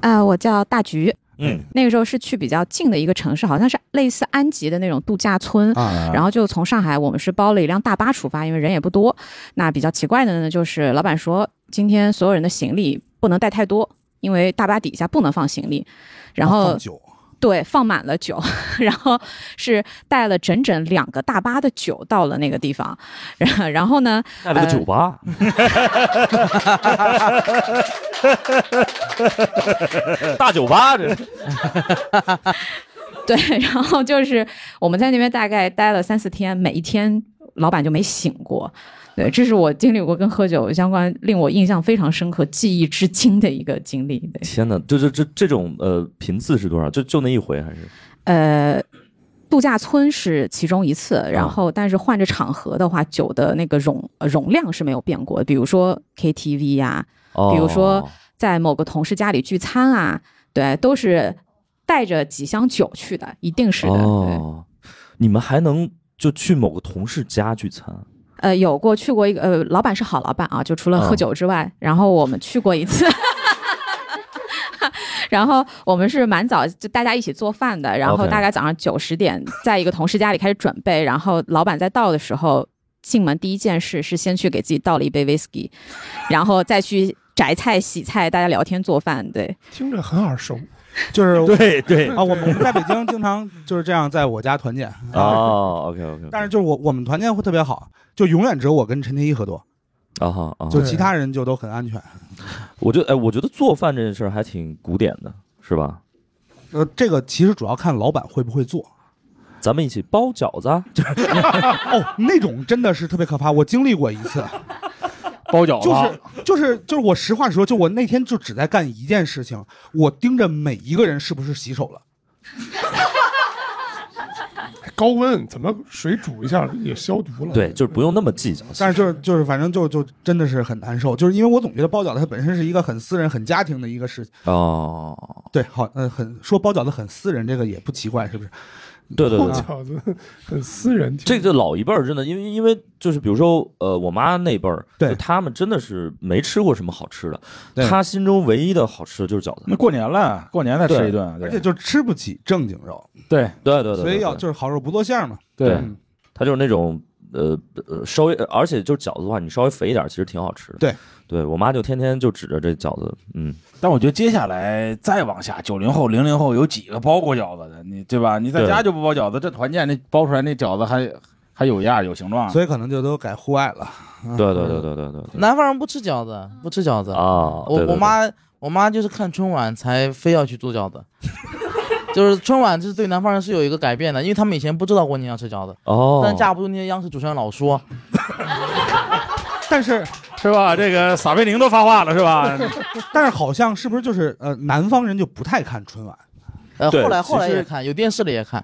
S7: 呃啊、我叫大菊，
S1: 嗯，
S7: 那个时候是去比较近的一个城市，好像是类似安吉的那种度假村。
S3: 啊，
S7: 然后就从上海，我们是包了一辆大巴出发，因为人也不多。那比较奇怪的呢，就是老板说今天所有人的行李不能带太多，因为大巴底下不能放行李。然后
S3: 啊放酒
S7: 对，放满了酒， 然后是带了整整两个大巴的酒到了那个地方， 然然后呢，
S1: 带了个
S7: 呃
S1: 酒吧， 大酒吧这是
S7: 对，然后就是我们在那边大概待了三四天，每一天老板就没醒过。对，这是我经历过跟喝酒相关令我印象非常深刻、记忆至今的一个经历。对，
S1: 天哪，就这这这种呃频次是多少？就就那一回还是？
S7: 呃，度假村是其中一次，然后但是换着场合的话，酒的那个容呃容量是没有变过的，比如说 KTV 呀、
S1: 哦
S7: 啊比如说在某个同事家里聚餐啊，对，都是带着几箱酒去的，一定是的。对
S1: 哦，你们还能就去某个同事家聚餐？
S7: 呃，有过去过一个，呃，老板是好老板啊，就除了喝
S1: 嗯
S7: 酒之外，然后我们去过一 次。 然后我们是蛮早，就大家一起做饭的，然后
S1: OK
S7: 大概早上九十点，在一个同事家里开始准备，然后老板在倒的时候，进门第一件事是先去给自己倒了一杯 whisky，然后再去摘菜、洗菜，大家聊天做饭，对，
S4: 听着很耳熟。
S3: 就是
S1: 对对
S3: 啊，我们我们在北京经常就是这样，在我家团建，啊
S1: 哦，OK OK，
S3: 但是就是我我们团建会特别好，就永远只有我跟陈天一喝多，
S1: 啊哈啊哈，
S3: 就其他人就都很安全。
S1: 我觉得哎，我觉得做饭这件事儿还挺古典的，是吧？
S3: 呃，这个其实主要看老板会不会做。
S1: 咱们一起包饺子啊，
S3: 哦，那种真的是特别可怕，我经历过一次，
S2: 包饺子，啊
S3: 就是就是就是我实话实说，就我那天就只在干一件事情，我盯着每一个人是不是洗手了。
S4: 高温怎么水煮一下也消毒了？
S1: 对，就是不用那么计较。
S3: 但是就是就是反正就就真的是很难受，就是因为我总觉得包饺子它本身是一个很私人、很家庭的一个事情。
S1: 哦，
S3: 对，好，呃，很说包饺子很私人，这个也不奇怪，是不是？
S1: 对对
S4: 包
S1: 对，
S4: 饺子很私人。
S1: 这个老一辈儿真的，因为因为就是比如说，呃，我妈那辈儿，
S3: 对
S1: 就他们真的是没吃过什么好吃的，
S3: 对嗯
S1: 她心中唯一的好吃的就是饺子。
S2: 那过年了，过年再吃
S1: 对
S2: 一顿，
S3: 而
S2: 对
S3: 且就吃不起正经肉，
S2: 对
S1: 对对对对，
S3: 所以要
S1: 对
S3: 就是好肉不做馅儿嘛。
S1: 对
S3: 嗯
S1: 它就是那种呃呃稍微，而且就是饺子的话，你稍微肥一点，其实挺好吃的。
S3: 对，
S1: 对我妈就天天就指着这饺子，嗯，
S2: 但我觉得接下来再往下，九零后、零零后有几个包过饺子的？你对吧？你在
S1: 对
S2: 家就不包饺子，这团建那包出来那饺子还还有样儿有形状。
S3: 所以可能就都改户外了。
S1: 对对对对对对对
S5: 南方人不吃饺子，不吃饺子。
S1: 啊，对
S5: 我我，妈我妈就是看春晚才非要去做饺子， 就是春晚就是对南方人是有一个改变的，因为他们以前不知道过年要吃饺子，
S1: 对对哦，
S5: 但架不住那些央视主持人老说，
S3: 但是
S2: 是吧？这个撒贝宁都发话了，是吧？
S3: 但是好像是不是就是呃南方人就不太看春晚？
S5: 呃，
S1: 对
S5: 后来后来
S1: 其实
S5: 也看，有电视里也看。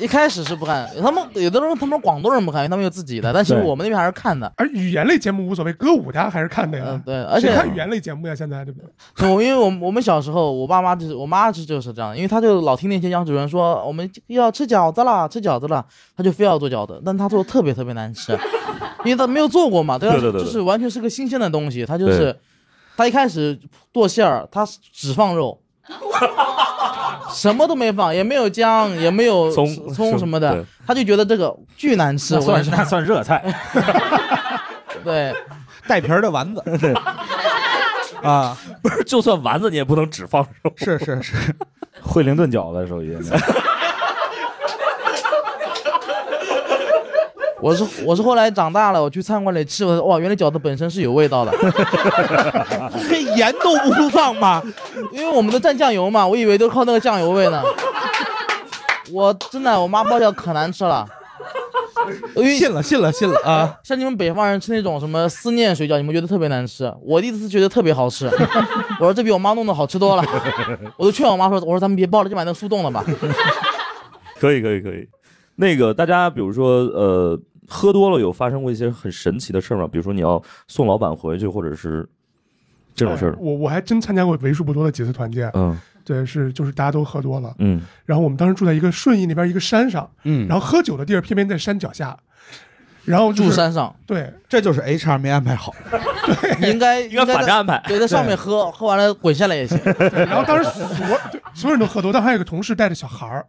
S5: 一开始是不看，他们有的时候他们广东人不看，因为他们有自己的，但其实
S2: 对
S5: 我们那边还是看的。
S4: 而语言类节目无所谓，歌舞大家还是看的
S5: 嗯、
S4: 呀。
S5: 对，而且
S4: 谁看语言类节目呀？现在对不对？
S5: 我因为我们我们小时候，我爸妈就是我妈是就是这样，因为她就老听那些央视主任说我们要吃饺子啦，吃饺子啦，她就非要做饺子，但她做的特别特别难吃，因为她没有做过嘛，对吧？
S1: 对对对对
S5: 就是完全是个新鲜的东西，她就
S1: 对
S5: 是她一开始剁馅儿，她只放肉。什么都没放，也没有姜，也没有
S1: 葱
S5: 葱什么的
S1: 对，
S5: 她就觉得这个巨难吃。
S2: 那
S5: 我跟
S2: 算
S5: 你说，
S2: 那算热菜，
S5: 对，
S3: 带皮儿的丸子。啊，
S1: 不是，就算丸子你也不能只放肉，
S3: 是 是是，
S2: 惠灵顿饺子属于。
S5: 我是我是后来长大了，我去餐馆里吃，我说哇，原来饺子本身是有味道的。
S3: 这盐都不放吗？
S5: 因为我们都蘸酱油嘛，我以为都靠那个酱油味呢。我真的，我妈包饺子可难吃了。因为
S3: 信了信了信了啊！
S5: 像你们北方人吃那种什么思念水饺，你们觉得特别难吃，我第一次觉得特别好吃。 我说这比我妈弄的好吃多了。 我就劝我妈说，我说咱们别包了，就买那个速冻的吧。
S1: 可以可以可以。那个大家比如说呃，喝多了有发生过一些很神奇的事儿吗？比如说你要送老板回去，或者是这种事
S5: 哎
S1: 儿？
S4: 我我还真参加过为数不多的几次团建。
S1: 嗯
S4: 对，是就是大家都喝多了，
S1: 嗯，
S4: 然后我们当时住在一个顺义那边一个山上，
S3: 嗯
S4: 然后喝酒的地儿偏偏在山脚下。然后就是
S5: 住山上，
S4: 对，
S3: 这就是 HR 没安排好。
S5: 你 应该应该
S1: 反着
S5: 在
S1: 安排
S5: 对，在上面喝，喝完了滚下来也行。
S4: 对， 然后当时所对所有人都喝多，但还有一个同事带着小孩儿，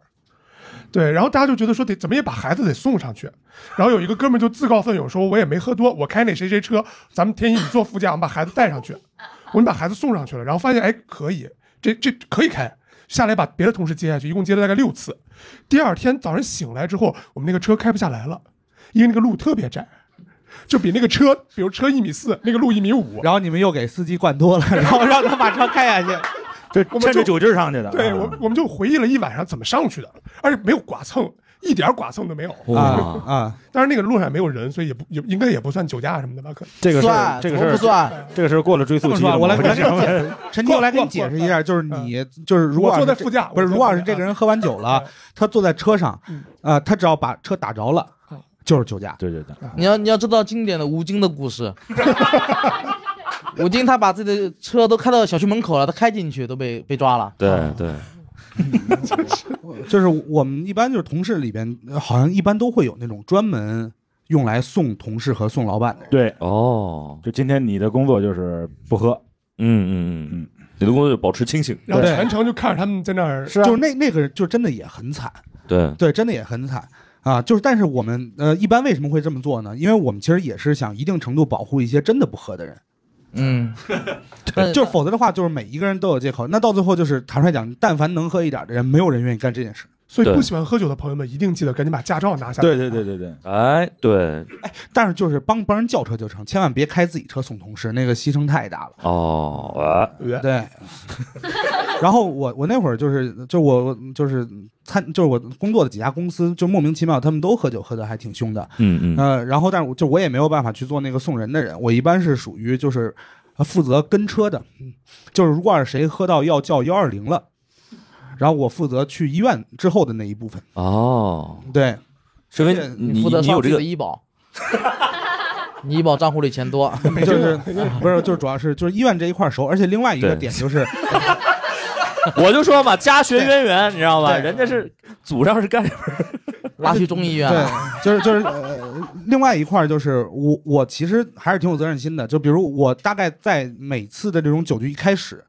S4: 对，然后大家就觉得说得怎么也把孩子得送上去，然后有一个哥们儿就自告奋勇说我也没喝多，我开那谁谁车，咱们天一你坐副驾，我们把孩子带上去，我们把孩子送上去了，然后发现哎可以，这这可以开。下来把别的同事接下去，一共接了大概六次。第二天早上醒来之后，我们那个车开不下来了，因为那个路特别窄，就比那个车，比如车一米四，那个路一米五，
S3: 然后你们又给司机 灌多了，然后让他把车开下去。
S2: 这
S4: 我们
S2: 趁着
S4: 就
S2: 酒劲儿上去的。
S4: 对
S2: 啊
S4: 我，我们就回忆了一晚上怎么上去的，而且没有剐蹭，一点儿剐蹭都没有。
S1: 哇、
S3: 啊啊！
S4: 当然那个路上也没有人，所以也不也应该也不算酒驾什么的吧？可能
S2: 这个事儿，
S5: 算
S2: 这个
S5: 怎
S2: 事
S5: 么不
S2: 儿，
S5: 算，
S2: 这个事儿过了追
S3: 这
S2: 溯
S3: 么
S2: 期
S3: 说啊，
S2: 了。
S3: 我来
S2: 我
S3: 给你
S2: 跟
S3: 解
S2: 你讲
S3: 释， 陈奇，我来给你解释一下，就是你就是如果
S4: 我
S3: 要
S4: 坐
S3: 是
S4: 在
S3: 这
S4: 副驾，
S3: 不是，
S4: 我坐
S3: 如果要是
S4: 在
S3: 这个人喝完酒了，他坐在车上
S4: 嗯，
S3: 啊，他只要把车打着了，就是酒驾。嗯
S2: 对对对，
S5: 你要你要知道经典的吴京的故事。吴京他把自己的车都开到小区门口了，他开进去都被被抓了。
S1: 对对，
S3: 就是我们一般就是同事里边，呃好像一般都会有那种专门用来送同事和送老板的人。
S2: 对，
S1: 哦，
S2: 就今天你的工作就是不喝，
S1: 嗯嗯嗯嗯，你的工作就保持清醒，
S4: 然后
S3: 对
S4: 全程就看着他们在那儿，
S2: 是啊，
S3: 就是那那个人就真的也很惨，
S1: 对，
S3: 对，真的也很惨啊！就是，但是我们呃，一般为什么会这么做呢？因为我们其实也是想一定程度保护一些真的不喝的人，
S5: 嗯，但
S3: 就是否则的话，就是每一个人都有借口。那到最后就是坦率讲，但凡能喝一点的人，没有人愿意干这件事。
S4: 所以
S1: 对
S4: 不喜欢喝酒的朋友们一定记得赶紧把驾照拿下来。
S2: 对对对对对，
S1: 哎，对，
S3: 啊但是就是帮帮人叫车就成，千万别开自己车送同事，那个牺牲太大了。
S1: 哦，哎
S4: 对，
S3: 对。 然后我我那会儿就是就我我就是参就是我工作的几家公司就莫名其妙他们都喝酒喝的还挺凶的，
S1: 嗯嗯，
S3: 呃，然后但是我就我也没有办法去做那个送人的人，我一般是属于就是呃负责跟车的，就是如果要是谁喝到要叫幺二零了，然后我负责去医院之后的那一部分。
S1: 哦，
S3: 对，
S1: 是因
S3: 而且
S1: 为你
S5: 你负责
S1: 你有
S5: 上
S1: 这
S5: 自己
S1: 个
S5: 的医保，你医保账户里钱多，
S3: 就是不是就是主要是就是医院这一块儿熟，而且另外一个
S1: 对
S3: 点就是
S1: 我就说嘛，家学渊源，你知道吧？
S3: 对
S1: 人家是祖上是干什么？
S5: 拉去中医院了。
S3: 对，啊 就是就是呃，另外一块儿就是我我其实还是挺有责任心的，就比如我大概在每次的这种酒局一开始，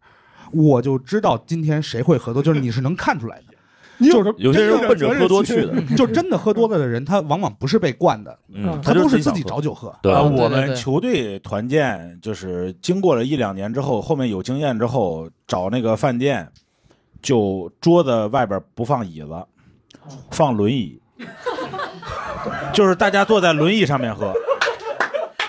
S3: 我就知道今天谁会喝多，就是你是能看出来的，
S4: 你有个
S1: 有些人
S4: 真的
S1: 奔着喝多去的，
S3: 就真的喝多了的人，他往往不是被灌的，
S1: 嗯，
S3: 他
S1: 就
S3: 都是自
S1: 想
S3: 己
S1: 喝
S3: 找酒喝。
S1: 对
S2: 啊，
S5: 对
S2: 我
S5: 对
S2: 们
S5: 对
S2: 球队团建就是经过了一两年之后，后面有经验之后，找那个饭店，就桌子外边不放椅子，
S3: 哦
S2: 放轮椅， 就是大家坐在轮椅上面喝，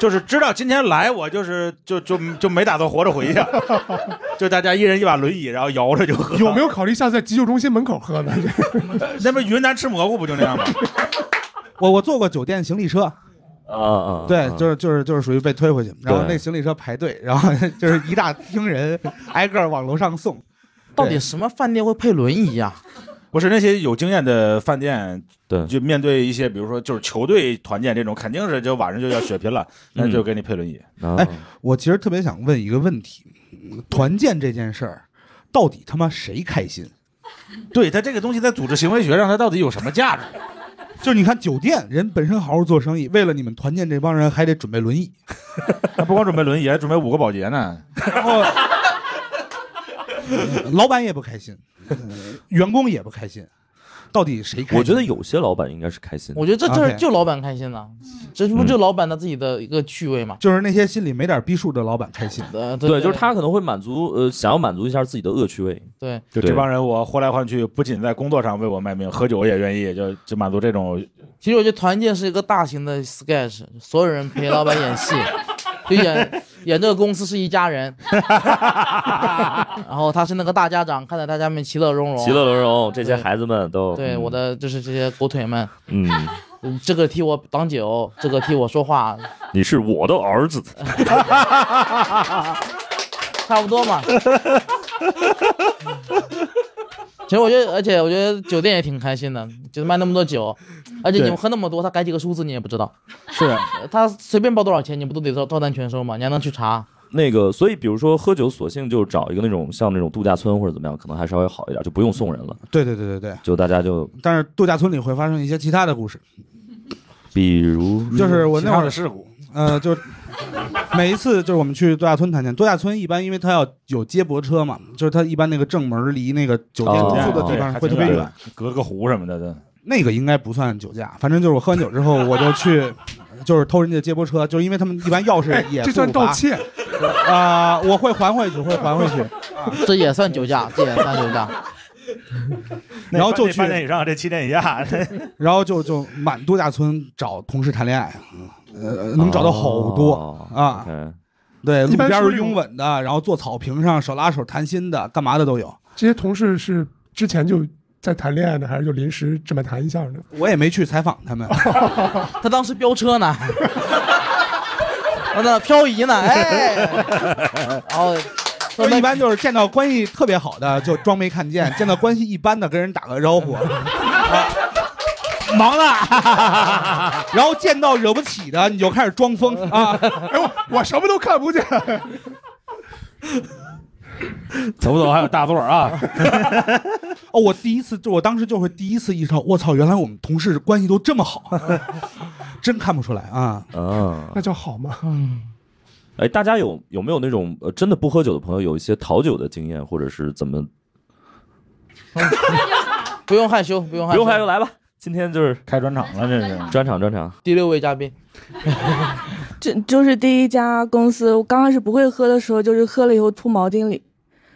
S2: 就是知道今天来我就是就就就没打算活着回去， 就大家一人一把轮椅，然后摇着就 喝。
S4: 有没有考虑一下在急救中心门口喝呢？
S2: 那边云南吃蘑菇不就那样吗？
S3: 我我坐过酒店行李车，
S1: 啊啊，
S3: 对，就是是就是就是属于被推回去，然后
S1: 对
S3: 那行李车排队， 然后就是一大厅人挨个儿往楼上送。
S5: 到底什么饭店会配轮椅啊呀、
S2: 不是那些有经验的饭店，
S1: 对
S2: 就面对一些比如说就是球队团建这种，肯定是就晚上就要 血拼了，那就给你配轮椅。
S1: 哎
S3: 哎，我其实特别想问一个问题：嗯团建这件事儿，到底他妈谁开心？
S2: 对他这个东西在组织行为学上，它到底有什么价值？
S3: 就是你看酒店人本身好好做生意，为了你们团建这帮人还得准备轮椅，
S2: 他不光准备轮 椅，还准备五个保洁呢。
S3: 然后老板也不开心，呃员工也不开心，到底谁开心？
S1: 我觉得有些老板应该是开心的
S5: 我觉得这就是
S3: OK
S5: 就老板开心了，这不就老板的自己的一个趣味嘛？
S3: 就是那些心里没点逼数的老板开心。
S5: 呃，
S1: 对，就是他可能会满足呃，想要满足一下自己的恶趣味。
S5: 对，
S2: 就
S1: 对
S2: 这帮人，我换来换去，不仅在工作上为我卖命，喝酒也愿意，就就满足这种。
S5: 其实我觉得团建是一个大型的 sketch，所有人陪老板演 戏，就演演这个公司是一家人，然后他是那个大家长，看着大家们其乐融融，
S1: 其乐融融，这些
S5: 哦对
S1: 孩子们都
S5: 对
S1: 嗯
S5: 我的就是这些狗腿们，
S1: 嗯，
S5: 嗯这个替我挡酒，这个替我说话，
S1: 你是我的儿子，
S5: 差不 多嘛。其实我觉得，而且我觉得酒店也挺开心的，就是卖那么多酒，而且你们喝那么多，他改几个数字你也不知道，
S2: 是，
S5: 呃 他随便报多少钱，你不都得照照单全收吗？你还能 去查？
S1: 那个，所以比如说喝酒，索性就找一个那种像那种度假村或者怎么样，可能还稍微好一点，就不用
S3: 嗯
S1: 送人了，
S3: 对对对对对，
S1: 就大家就
S3: 但是度假村里会发生一些其他的故事。
S1: 比如
S2: 嗯
S3: 就是我那会儿
S2: 事故，
S3: 呃，就 每一次就是我们去度假村谈钱，度假村一般因为它要有接驳车嘛，就是它一般那个正门离那个酒店
S4: 哦
S1: 哦
S3: 住宿的地方会特别远，，
S2: 隔个湖什么的，对。
S3: 那个应该不算酒驾，反正就是我喝完酒之后我就去。就是偷人家接驳车，就是因为他们一般钥匙也
S4: 哎这算
S3: 不拔
S4: 盗窃
S3: 啊、我会还回去，会还回去。
S4: 啊
S5: 这也算酒驾，这也算酒驾。
S3: 然后就去
S8: 八点以上，这七点以下，
S3: 然后就就满度假村找同事谈恋爱，呃，能找到好多、
S1: 哦
S3: 啊。
S1: OK
S3: 对，路
S4: 一般
S3: 边
S4: 是
S3: 儿
S4: 那种
S3: 拥吻的，然后坐草坪上手拉手谈心的，干嘛的都有。
S4: 这些同事是之前就在谈恋爱呢，还是就临时这么谈一下呢？
S3: 我也没去采访 他们，
S5: 他当时飙车呢，他那漂移呢，哎，然后
S3: 就一般就是见到关系特别好的就装没看见，见到关系一般的跟人打个招呼，啊
S8: 忙了。
S3: 然后见到惹不起的你就开始装疯啊。
S4: 哎，我我什么都看不见，
S2: 走不走还有大座啊，
S3: 哦，我第一次就我当时就会第一次意识到，我操，原来我们同事关系都这 么好，真看不出来啊。
S1: 啊，
S4: 那叫好吗？
S1: 哎，大家有有没有那种呃真的不喝酒的朋友，有一些讨酒的经验，或者是怎么？
S5: 不用害羞，不用害
S1: 不
S5: 羞，
S1: 用害羞，来吧，今天 就是
S2: 开专场了这是。
S1: 专场专场。
S5: 第六位嘉宾，
S6: 就就是第一家公司，我刚开始不会喝的时候，就是喝了以后吐毛巾里，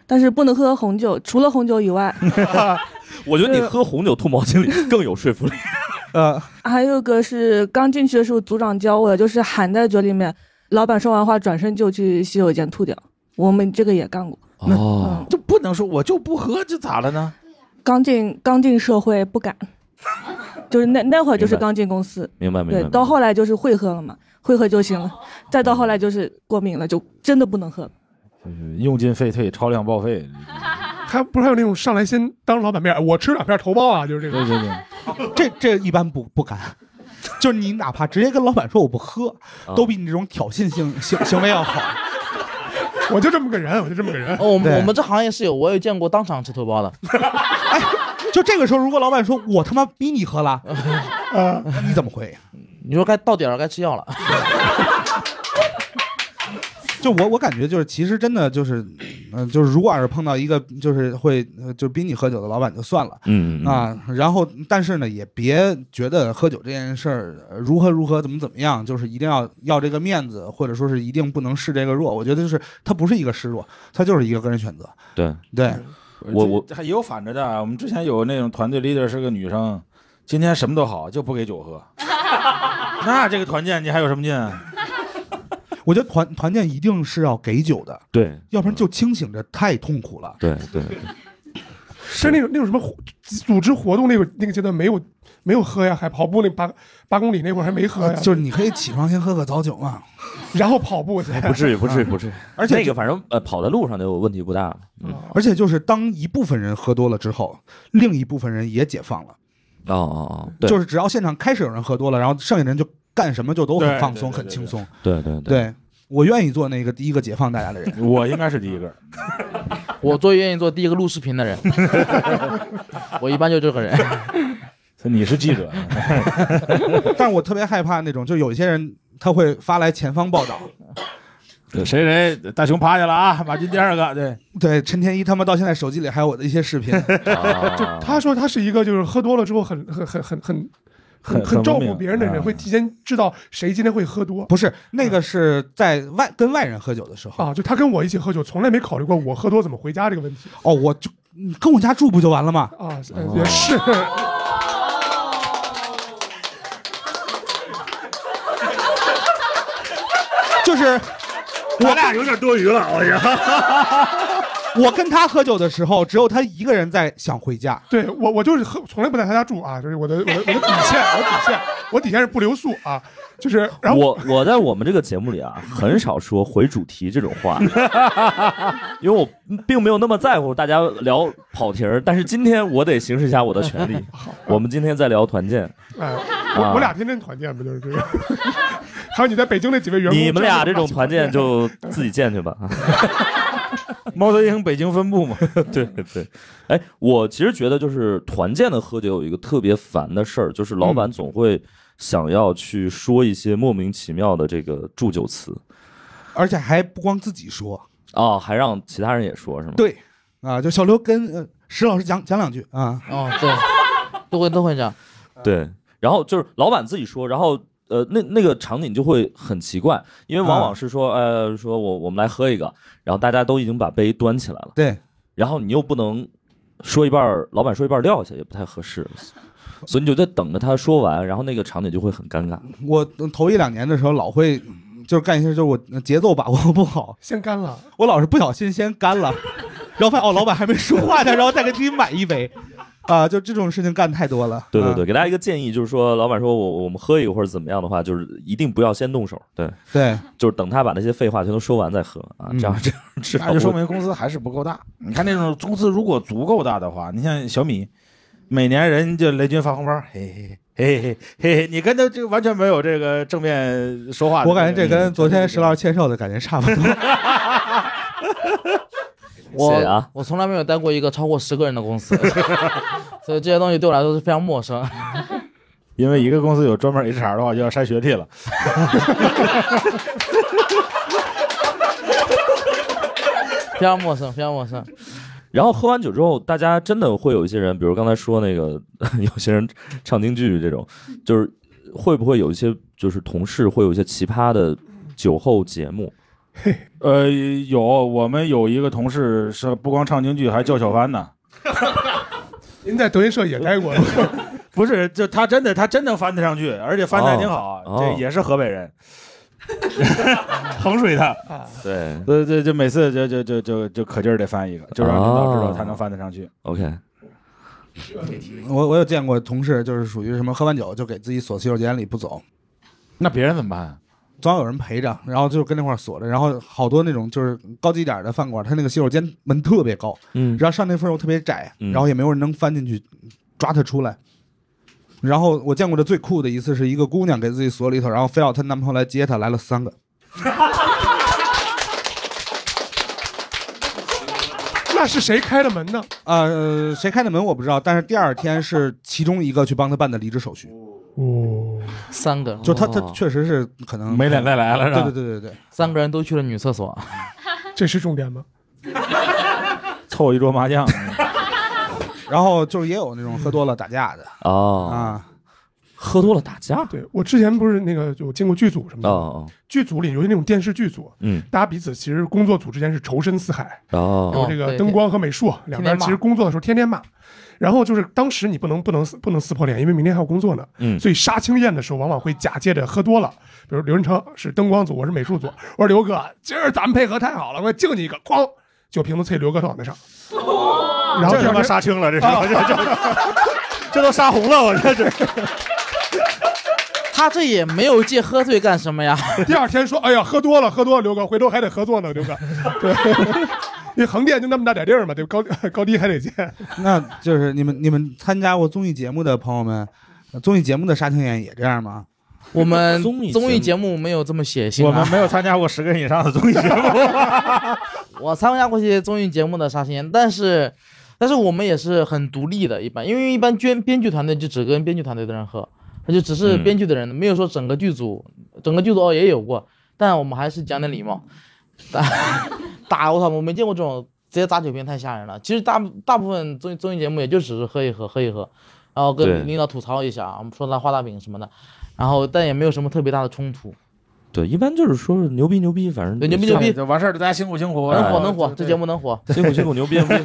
S6: 但是不能喝红酒，除了红酒以外，
S1: 我觉得你喝红酒吐毛巾里更有说服力。
S3: 呃，
S6: 还有个是刚进去的时候组长教我的，就是含在嘴里面，老板说完话转身就去洗手间吐掉。我们这个也干过，
S1: 哦，
S2: 就不能说我就不喝，这咋了呢？
S6: 刚进刚进社会不敢， 就是 那那会儿就是刚进公司，
S1: 明白明白。
S6: 对
S1: 明，白哦
S6: 到后来就是会喝了嘛，会喝就行了，再到后来就是过敏了，就真的不能喝了。
S2: 用进废退，超量 报废。
S4: 还不是还有那种上来先当老板面，我吃两片头孢啊，就是这
S2: 对
S4: 种。
S2: 对对，
S3: 这这一般不不敢，就是你哪怕直接跟老板说我不喝，
S1: 啊
S3: 都比你这种挑衅性 行行为要好。
S4: 我就这么个人，我就这么个人。
S5: 哦，我们
S3: 对
S5: 我们这行业是有，我有见过当场吃头 孢的，
S3: 哎就这个时候，如果老板说我他妈逼你 喝了，呃你怎么回？
S5: 你说该到点儿了该吃药了，
S3: 就我我感觉就是，其实真的就是，嗯、就是如果要是碰到一个就是会呃就逼你喝酒的老板就算了。
S1: 嗯嗯嗯
S3: 啊，然后但是呢，也别觉得喝酒这件事儿呃如何如何怎么怎么样，就是一定要要这个面子，或者说是一定不能示这个弱。我觉得就是它不是一个示弱，它就是一个个人选择。
S1: 对，
S3: 对，
S1: 嗯我我
S2: 还有反着的，我们之前有那种团队 leader 是个女生，今天什么都好，就不给酒喝。那这个团建你还有什么劲？
S3: 我觉得团团建一定是要给酒的，
S1: 对
S3: 要不然就清醒着太痛苦了。
S1: 对对，
S4: 是那种那种什么活组织活动那个那个阶段没有没有喝呀，还跑步那八八公里那会儿还没喝呀，
S3: 呃就是你可以起床先喝个早酒嘛。 啊
S4: 然后跑步去。
S2: 哎
S1: 不至于不至于不至于。
S3: 而且
S1: 那个反正呃跑在路上就问题不大了。嗯
S4: 啊
S3: 而且就是当一部分人喝多了之后，另一部分人也解放了，
S1: 哦哦哦，对
S3: 就是只要现场开始有人喝多了，然后剩下人就干什么就都很
S2: 对
S3: 放
S2: 对
S3: 松、
S2: 对
S3: 很
S2: 对
S3: 轻
S2: 对
S3: 松。
S1: 对对对
S3: 对我愿意做那个第一个解放大家的人。
S2: 我应该是第一个。
S5: 我最愿意做第一个录视频的人， 我一般就这个人，
S2: 你是记者，
S3: 但是我特别害怕那种，就有一些人他会发来前方报道，
S2: 谁谁大熊趴下了啊，马军第二个，对，
S3: 对陈天一他妈到现在手机里还有我的一些视 频，
S1: 啊
S4: 就他说他是一个就是喝多了之后很很很很很
S2: 很
S4: 很照
S2: 文
S4: 顾
S2: 明
S4: 别人的人，
S2: 啊
S4: 会提前知道谁今天会喝多
S3: 不是那个是在外跟外人喝酒的时候。
S4: 啊。就他跟我一起喝酒，从来没考虑过我喝多怎么回家这个问题
S3: 哦，我就你跟我家住不就完了吗？
S1: 哦
S4: 啊，呃也是。
S3: 就是
S8: 我俩有点多余了，我觉得。
S3: 我跟他喝酒的时候，只有他一个人在想回家。
S4: 对我，我就是喝，从来不在他家住啊，就是我的我的我的底线，我的底线，我底线是不留宿啊，就是然后
S1: 我我在我们这个节目里啊，很少说回主题这种话， 因为我并没有那么在乎大家聊跑题儿。但是今天我得行使一下 我的权 利。啊我们今天在聊团建，
S4: 哎，我我俩天天团建不就是这个？ 还有你在北京那几位员工，
S1: 你们俩这种团建就自己见 去吧。
S2: 猫头鹰北京分部嘛。
S1: 对对，哎，
S4: 嗯
S1: 我其实觉得就是团建的喝酒有一个特别烦的事儿，就是老板总会想要去说一些莫名其妙的这个祝酒词
S3: 而且还不光自己说，
S1: 哦，还让其他人也说是吗？
S3: 对，啊，就小刘跟呃石老师讲讲两句啊，
S5: 哦，对，都会都会这样。
S1: 对，然后就是老板自己说，然后呃，那那个场景就会很奇怪，因为
S2: 嗯
S1: 往往是说，呃，说我我们来喝一个，然后大家都已经把杯端起来了，
S3: 对，
S1: 然后你又不能说一半儿，老板说一半儿撂下也不太合适，所以你就在等着他说完，然后那个场景就会很尴尬。
S3: 我头一两年的时候老会就是干一些，就是我节奏把握不好，
S4: 先干了，
S3: 我老是不小心先干了，然后发现哦，老板还没说话呢，然后再给自己买一杯，啊，就这种事情干太多了。
S1: 对对
S3: 啊
S1: 对，给大家一个建议，就是说，老板说我我们喝一个或者怎么样的话，就是一定不要先动手，对，
S3: 对，
S1: 就是等他把那些废话全都说完再喝啊，这样这样至少
S2: 嗯那就说
S1: 不
S2: 明公司还是不够大。你看那种公司如果足够大的话，你像小米，每年人家雷军发红包，嘿嘿嘿嘿嘿嘿，你跟他这完全没有这个正面说话的
S3: 我
S2: 个。
S3: 感觉这跟昨天石老师签售的感觉差不多。
S5: 我
S1: 谁啊
S5: 我从来没有待过一个超过十个人的公司， 所以这些东西对我来说是非常陌生。
S2: 因为一个公司有专门 HR 的话，就要筛学历了。
S5: 非常陌生，非常陌生。
S1: 然后喝完酒之后，大家真的会有一些人，比如刚才说那个， 有些人唱京剧这种，就是会不会有一些就是同事会有一些奇葩的酒后节目？
S2: 呃，有我们有一个同事是不光唱京剧，还叫小番呢。
S4: 您在德云社也待过，
S2: 不是，就他真的，他真能翻得上去，而且翻得还挺好。
S1: 哦哦
S2: 这也是河北人，衡水的。
S1: 对
S2: 啊对对，就每次就就就就就可劲儿得翻一个，就让领导知
S1: 哦
S2: 道他能翻得上去。
S1: ，OK，
S3: 我我有见过同事，就是属于什么喝完酒就给自己锁洗手间里不走，
S2: 那别人怎么办？啊
S3: 总要有人陪着，然后就跟那块儿锁着，然后好多那种就是高级一点的饭馆，它那个洗手间门特别高，
S1: 嗯，
S3: 然后上那缝儿又特别窄，
S1: 嗯
S3: 然后也没有人能翻进去抓他出来。然后我见过的最酷的一次是一个姑娘给自己锁里头，然后非要她男朋友来接她，来了三个。
S4: 那是谁开的门呢？
S3: 呃，谁开的门我不知道，但是第二天是其中一个去帮她办的离职手续，
S4: 哦，
S5: 三个，
S3: 就她她
S1: 哦
S3: 确实是可能
S2: 没脸再来了是吧？
S3: 对对对对对，
S5: 三个人都去了女厕所。
S4: 这是重点吗？
S2: 凑一桌麻将，
S3: 然后就是也有那种喝多了打架的
S1: 哦，
S3: 啊，
S1: 喝多了打架，哦
S4: 对我之前不是那个有进过剧组什么的，
S1: 哦，
S4: 剧组里尤其那种电视剧组，
S1: 嗯，
S4: 大家彼此其实工作组之间是仇深似海，
S1: 哦
S5: 哦
S4: 有这个
S5: 对
S4: 灯光和美术两边，
S5: 天天
S4: 其
S5: 骂
S4: 实工作的时候天天骂。然后就是当时你不能不能撕不能撕破脸，因为明天还有工作呢。
S1: 嗯
S4: 所以杀青宴的时候，往往会假借着喝多了，比如刘仁成是灯光组，我是美术组。我说刘哥，今儿咱们配合太好了，我敬你一个，哐，酒瓶子啐刘哥头脑袋上。
S5: 哦
S4: 然后
S8: 这
S4: 第
S8: 他
S4: 二
S8: 妈
S4: 天啊
S8: 杀青了，这是这这 这都杀红了，我这这
S5: 他这也没有借喝醉干什么呀？
S4: 第二天说，哎呀，喝多了，喝多了，刘哥，回头还得合作呢，刘哥。 对，因为横店就那么大点地儿嘛，对， 高高低还得见。
S3: 那就是你们你们参加过综艺节目的朋友们，呃综艺节目的杀青宴也这样吗？
S5: 我们
S1: 综艺节目
S5: 综艺节目没有这么血腥、啊。
S2: 我们没有参加过十个人以上的综艺节目。
S5: 我参加过一些综艺节目的杀青宴，但是，但是我们也是很独立的，一般因为一般编编剧团队就只跟编剧团队的人喝，那就只是
S1: 嗯
S5: 编剧的人，没有说整个剧组，整个剧组哦也有过，但我们还是讲点礼貌。打打我操，我没见过这种直接砸酒瓶太吓人了。其实大部大部分综艺综艺节目也就只是喝一喝，喝一喝，然后
S1: 对
S5: 跟领导吐槽一下，我们说他画大饼什么的，然后但也没有什么特别大的冲突。
S1: 对，一般就是说牛逼牛逼，反正
S5: 对牛逼
S1: 就
S5: 牛逼
S2: 就完事儿了，大家辛苦辛苦，哎
S5: 能火能
S2: 然后
S5: 火，
S2: 就
S5: 这节目能火。
S1: 辛苦辛苦，牛 逼牛逼，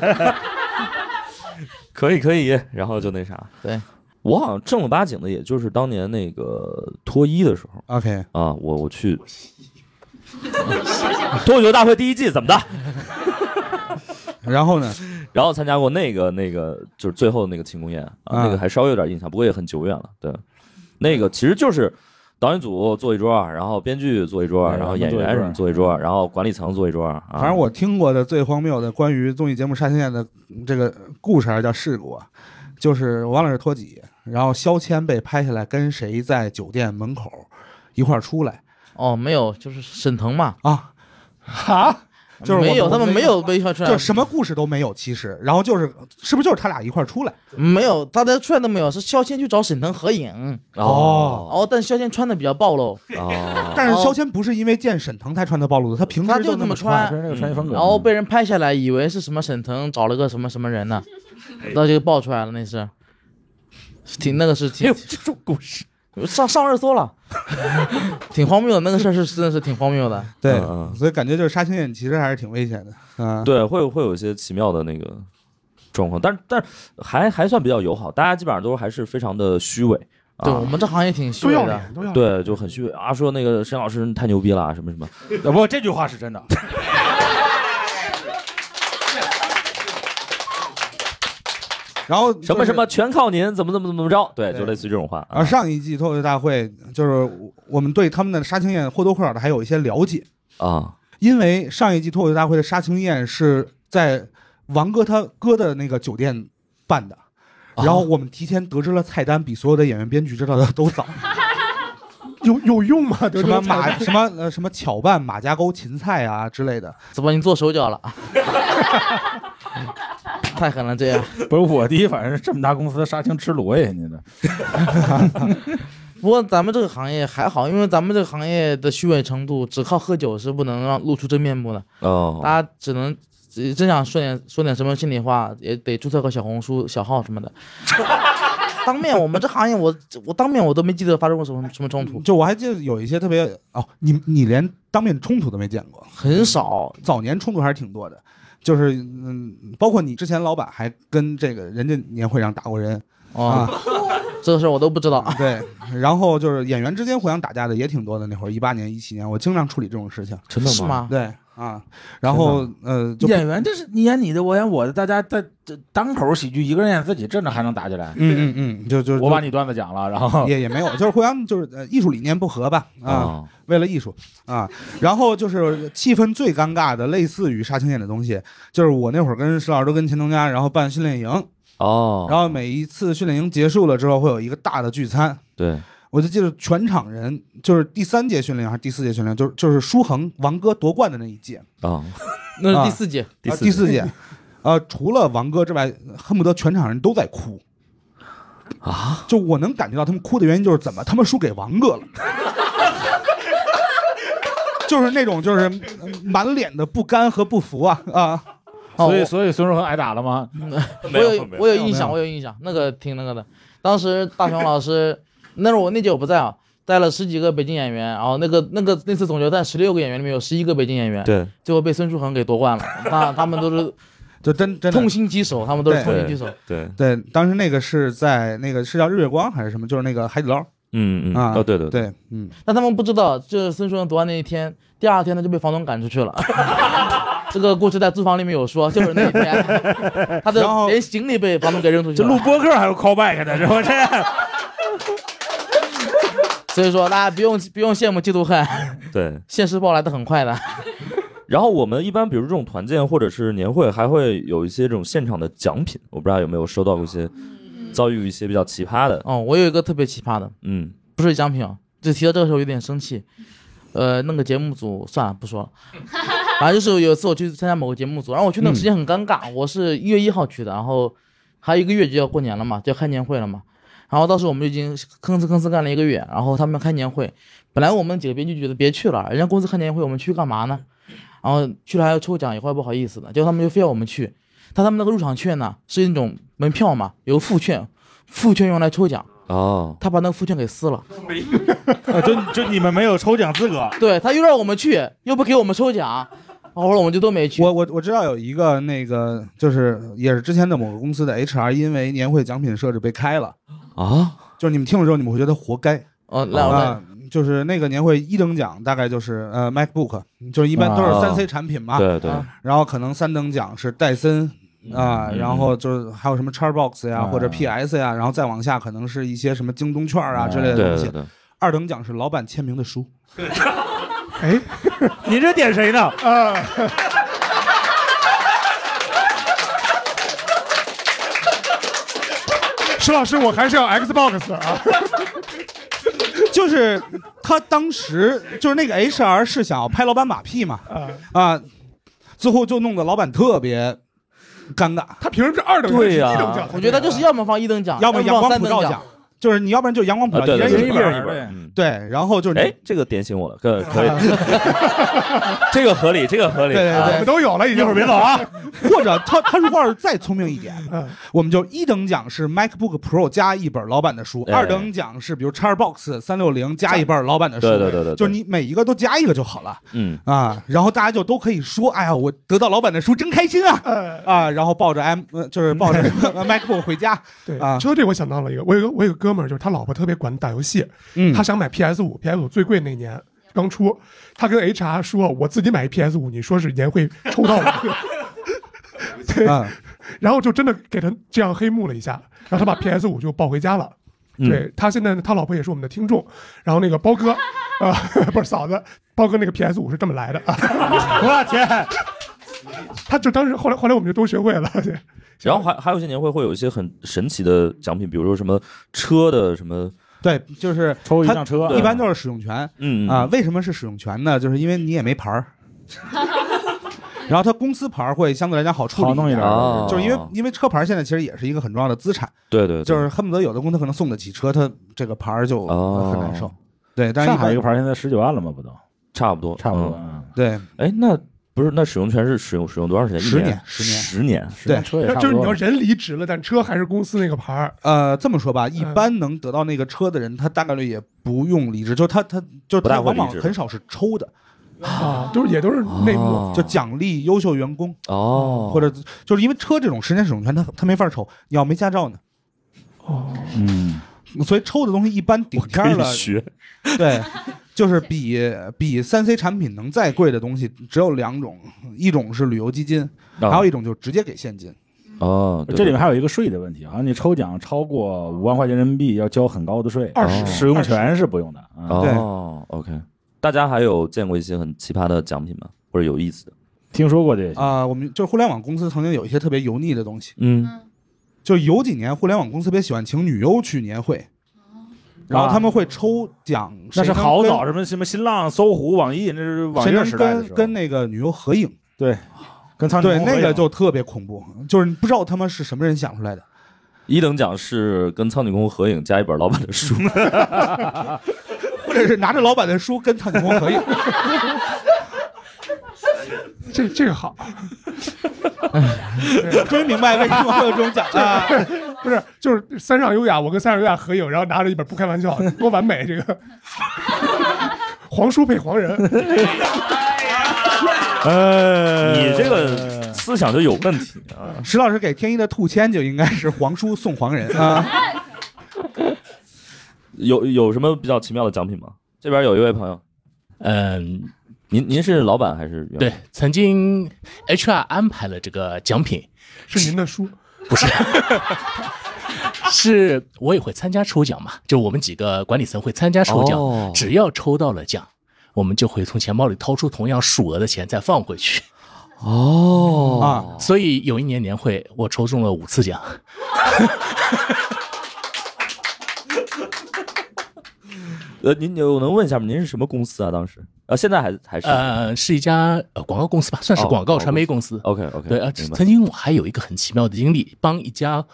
S1: 可以可以，然后就那啥，
S5: 对。
S1: 我好像正儿八经的，也就是当年那个脱衣的时候，
S3: OK，
S1: 啊，我我去，脱口秀大会第一季怎么的？
S3: 然后呢？
S1: 然后参加过那个那个就是最后那个庆功宴啊，
S3: 啊
S1: 那个还稍微有点印象，不过也很久远了。对，那个其实就是导演组坐一桌，然后编剧坐一桌，
S2: 对
S1: 然后
S2: 我们
S1: 演
S2: 坐一
S1: 员
S2: 桌
S1: 什么坐一桌，然后管理层坐一桌。啊、
S3: 反正我听过的最荒谬的关于综艺节目杀青宴的这个故事还是叫事故啊，就是我忘了是托几，然后肖谦被拍下来跟谁在酒店门口一块儿出来
S5: 哦，没有，就是沈腾嘛，
S3: 啊，
S4: 哈，
S3: 就是我
S5: 没有，
S3: 我
S5: 他们没有被传出来，
S3: 就什么故事都没有，其实，然后就是是不是就是他俩一块儿出来？
S5: 没有，他连出来都没有，是肖谦去找沈腾合影。
S3: 哦
S5: 哦，但肖谦穿的比较暴露，
S3: 啊
S1: 哦
S3: 但是肖谦不是因为见沈腾才穿的暴露的，他平
S5: 他
S3: 时
S5: 就
S3: 那
S5: 这么嗯哦
S3: 穿。
S2: 这个穿衣风格嗯
S5: 然后被人拍下来，以为是什么沈腾找了个什么什么人呢，然后就爆出来了，那是，挺那个是挺
S1: 这种故事，
S5: 上上热搜了， 挺荒谬的，那个事儿是真的是挺荒谬的。
S3: 对
S1: 嗯嗯，
S3: 所以感觉就是杀青眼其实还是挺危险的。嗯，
S1: 对，会会有一些奇妙的那个状况，但是但是还还算比较友好，大家基本上都还是非常的虚伪
S5: 对我
S1: 啊，
S5: 们这行业挺虚
S4: 都
S5: 伪
S4: 要
S5: 的，
S4: 脸，都要脸。
S1: 对，就很虚伪啊，说那个沈老师你太牛逼了啊，什么什么，
S2: 呃不，这句话是真的。
S3: 然后就 是
S1: 什么什么全靠您，怎么怎么怎么着，对，
S3: 对
S1: 就类似于这种话
S3: 然
S1: 啊
S3: 后，上一季脱口秀大会，就是我们对他们的杀青宴或多或少的还有一些了解，
S1: 啊，
S3: 因为上一季脱口秀大会的杀青宴是在王哥他哥的那个酒店办的，
S1: 啊
S3: 然后我们提前得知了菜单，比所有的演员编剧知道的都早。
S4: 有有用吗？德
S3: 什
S4: 州
S3: 么
S4: 菜
S3: 马什么呃什么巧拌马家沟芹菜啊之类的，
S5: 怎么你做手脚了？太狠了，这样。
S2: 不是我第一反应是这么大公司杀青吃萝呀，你这
S5: 不过咱们这个行业还好，因为咱们这个行业的虚伪程度，只靠喝酒是不能让露出真面目的，
S1: 哦，
S5: 大家只能。只真想说点说点什么心里话，也得注册个小红书、小号什么的。 当面我们这行业，我我当面我都没记得发生过什么什么冲突，
S3: 就我还记得有一些特别哦，你你连当面冲突都没见过，嗯
S5: 很少。
S3: 早年冲突还是挺多的，就是嗯，包括你之前老板还跟这个人家年会上打过人啊嗯
S5: 哦，这个事儿我都不知道。
S3: 对，然后就是演员之间互相打架的也挺多的，那会儿一八年一七年，我经常处理这种事情，
S1: 真
S5: 是？吗？
S3: 对啊，然后呃就
S2: 演员这是你演你的，我演我的，大家在这单口喜剧，一个人演自己，这哪还能打起来？
S3: 嗯嗯嗯，就就
S2: 我把
S3: 就
S2: 你段子讲了，然后
S3: 也也 没有，就是互相就是呃艺术理念不合吧啊，
S2: 哦
S1: 啊，
S3: 为了艺术啊，然后就是气氛最尴尬的，类似于杀青宴的东西，就是我那会儿跟石老师都跟钱东家，然后办训练营，
S1: 哦，
S3: 然后每一次训练营结束了之后，会有一个大的聚餐，
S1: 对，
S3: 我就记得全场人就是第三届训练营还是第四届训练营，就是就是舒恒王哥夺冠的那一届，
S1: 啊，
S5: 那是第四届，
S1: 第
S3: 啊
S1: 四
S3: 第四届， 呃，除了王哥之外，恨不得全场人都在哭。啊！就我能感觉到他们哭的原因就是怎么他妈输给王哥了， 就是那种就是嗯满脸的不甘和不服啊啊！
S5: 哦
S2: 所以
S5: 我
S2: 所以孙胜恒挨打 了吗？
S5: 我有
S1: 没有
S5: 我有印象，
S3: 没有
S5: 我有印象，那个挺那个的。当时大雄老师， 那时候我那届我不在啊，带了十几个北京演员，然后那个那个那次总决赛十六个演员里面有十一个北京演员，
S1: 对，
S5: 最后被孙书恒给夺冠了。那他们都是
S3: 就真真的
S5: 痛心疾首，他们都是
S3: 对
S5: 痛心疾首。
S1: 对，
S3: 对，当时那个是在那个是叫日月光还是什么，就是那个海底捞。
S1: 嗯嗯，
S3: 啊
S1: 哦，对对，
S3: 对，嗯，
S5: 但他们不知道，就是孙书恒夺冠那一天，第二天他就被房东赶出去了。 这个故事在租房里面有说，就是那一 天，他的
S3: 然后
S5: 连行李被房东给扔出去
S2: 这录
S5: 了。
S2: 播客还有 callback 呢，是吧？这
S5: 所以说大家不用不用羡慕嫉妒恨，
S1: 对。
S5: 现实报来的很快的。
S1: 然后我们一般比如这种团建或者是年会，还会有一些这种现场的奖品，我不知道有没有收到过一些，遭遇一些比较奇葩的，
S5: 哦，我有一个特别奇葩的，
S1: 嗯，
S5: 不是奖品啊，就提到这个时候有点生气。呃，那个节目组算了，不说了。反正就是有一次我去参加某个节目组，然后我去那个时间很尴尬，我是一月一号去的，然后还有一个月就要过年了嘛，就要开年会了嘛。然后当时我们已经吭哧吭哧干了一个月，然后他们开年会，本来我们几个编剧觉得别去了，人家公司开年会，我们去干嘛呢？然后去了还要抽奖，也怪不好意思的，结果他们就非要我们去。但他们那个入场券呢是那种门票嘛，有个副券，副券用来抽奖，
S1: 哦，
S5: 他把那个副券给撕了。
S8: 呃就就你们没有抽奖资格，
S5: 对他又让我们去，又不给我们抽奖，后来我们就都没去。
S3: 我我我知道有一个那个就是也是之前的某个公司的 HR，因为年会奖品设置被开了，
S1: 啊，
S3: 就是你们听了之后你们会觉得活该。
S5: 呃，来，我们
S3: 啊，就是那个年会一等奖大概就是呃 MacBook，就是一般都是
S1: 啊
S3: 三 C 产品嘛，啊
S1: 对对，
S3: 然后可能三等奖是戴森啊，
S1: 嗯
S3: 然后就是还有什么 Xbox 呀
S2: 啊
S3: 或者 PS 呀，然后再往下可能是一些什么京东券啊之类
S1: 对
S3: 的东
S1: 对
S3: 西。
S1: 对，
S3: 二等奖是老板签名的书，
S4: 哎，啊
S8: 您这点谁呢？
S4: 石老师，我还是要 Xbox 啊。
S3: 就是他当时就是那个 HR 是想要拍老板马屁嘛
S4: 啊
S3: 啊，最后就弄得老板特别尴尬。
S4: 他凭什么是二
S5: 等奖
S3: 对呀、
S5: 是一等奖我觉得就是要么放一等奖，
S3: 要
S5: 么
S3: 么阳光
S5: 三
S3: 普
S5: 等
S3: 照奖，就是你要不然就阳光普
S1: 啊，
S3: 照，
S1: 对
S3: 嗯一
S1: 对对，
S3: 人一
S1: 人
S3: 本，
S1: 本，
S3: 对，然后就是
S1: 哎，这个点醒我了，可可以， 这个合理，这个合理，
S3: 对对对
S1: 啊
S3: 我们都有了已经一会儿别走啊！ 嗯或者他他如果要是再聪明一点，我们就一等奖是 MacBook Pro 加一本老板的书，
S1: 哎
S3: 二等奖是比如 Xbox 三六零加一本老板的书，
S1: 对对对对对
S3: 就是你每一个都加一个就好了。
S1: 嗯，
S3: 啊，然后大家就都可以说，哎呀，我得到老板的书真开心啊！啊，然后抱着 M，呃就是 抱着 MacBook 回家。
S4: 对
S3: 啊，
S4: 说到这个我想到了一个，我有个我有个哥们儿，就是他老婆特别管打游戏，
S3: 嗯
S4: 他想买 PS 五，PS 五最贵那年刚出，他跟 HR 说我自己买一 PS 五，你说是年会抽到 我。对，
S3: 啊
S4: 然后就真的给他这样黑幕了一下，然后他把 PS 五就抱回家了。
S1: 嗯
S4: 对他现在呢他老婆也是我们的听众，然后那个包哥啊、不是嫂子，包哥那个 PS 五是这么 来的啊，
S8: 我天！
S4: 他就当时后来后来我们就都学会了， 对，
S1: 然后还还有一些年会会有一些很神奇的奖品，比如说什么车的什么，
S3: 对，就是
S1: 抽一
S3: 他
S1: 辆车啊
S3: 一般都是使用权。
S1: 嗯
S3: 啊，为什么是使用权呢？就是因为你也 没牌儿。然后它公司牌儿会相对来讲好处理，啊
S1: 好弄一点哦
S3: 就是因为因为车牌儿现在其实也是一个很重要的资产，
S1: 对对，对
S3: 就是恨不得有的公司可能送得起车，它这个牌儿就
S1: 哦
S3: 很难受。对，但是
S1: 上海一个
S3: 牌
S1: 现
S3: 在
S1: 十九万了吗？不都差不多，差不多。
S3: 对，
S1: 哎，那不是那使用权是使用使用多长时间？
S3: 十
S1: 一
S3: 年
S1: 十
S3: 十年
S1: 十年，
S3: 对车也差不多
S4: 就是你要人离职了，但车还是公司那个牌儿，
S3: 呃，这么说吧，
S4: 嗯
S3: 一般能得到那个车的人，他大概率也不用离职，就是他他就是
S4: 不大
S3: 他
S4: 会
S3: 往往
S4: 离职
S3: 很少是抽的，
S4: 啊，都是也都是内幕，
S3: 就奖励优秀员工
S1: 哦
S3: 或者就是因为车这种十年使用权，他他没法抽，你要没驾照呢，
S8: 嗯，
S3: 所以抽的东西一般顶天儿了，
S1: 学，
S3: 对，就是比比三 C 产品能再贵的东西只有两种，一种是旅游基金，
S8: 啊
S3: 还有一种就直接给现金。
S1: 哦
S8: 这里面还有一个税的问题，好像你抽奖超过五万块钱人民币要交很高的税，哦
S1: 20
S8: 使用权是不用的。啊
S1: 哦，OK。大家还有见过一些很奇葩的奖品吗？或者有意思的？
S8: 听说过这些
S3: 啊、我们就是互联网公司曾经有一些特别油腻的东西，
S1: 嗯，
S3: 就有几年互联网公司特别喜欢请女优去年会，然后他们会抽奖，
S8: 啊那是
S3: 谁能
S8: 好
S3: 跟
S8: 早，什么什么新浪、搜狐、网易，那是网
S3: 谁
S8: 页
S3: 能
S8: 时代的
S3: 跟
S8: 时候。
S3: 跟那个女优合影，
S8: 对，跟苍井
S3: 对
S8: 空合
S3: 那个
S8: 影
S3: 就特别恐怖，就是你不知道他妈是什么人想出来的。
S1: 一等奖是跟苍井空合影加一本老板的书，
S3: 或者是拿着老板的书跟苍井空合影。
S4: 这这个好，
S3: 我 终于明白为什么会有这种奖啊！
S4: 不是，就是三上优雅，我跟三上优雅合影，然后拿着一本不开玩笑，多完美这个。 黄书配黄人，
S8: 呃
S1: 你这个思想就有问题啊！
S3: 石老师给天一的兔签就应该是黄书送黄人啊。
S1: 有有什么比较奇妙的奖品吗？这边有一位朋友，
S9: 嗯，
S1: 您您是老板还是员工
S9: 对，曾经 HR 安排了这个奖品，
S4: 是您的书，
S9: 不是， 是我也会参加抽奖嘛，就我们几个管理层会参加抽奖，
S1: 哦
S9: 只要抽到了奖，我们就会从钱包里掏出同样数额的钱再放回去。
S1: 哦
S9: 啊，所以有一年年会，我抽中了五次 奖。
S1: 呃，您我能问一下吗？您是什么公司啊？当时啊，现在还还是
S9: 呃，是一家呃广告公司吧，算是
S1: 哦
S9: 广告传媒公
S1: 广告
S9: 司。
S1: OK OK，
S9: 对，呃，曾经我还有一个很奇妙的经历，帮一家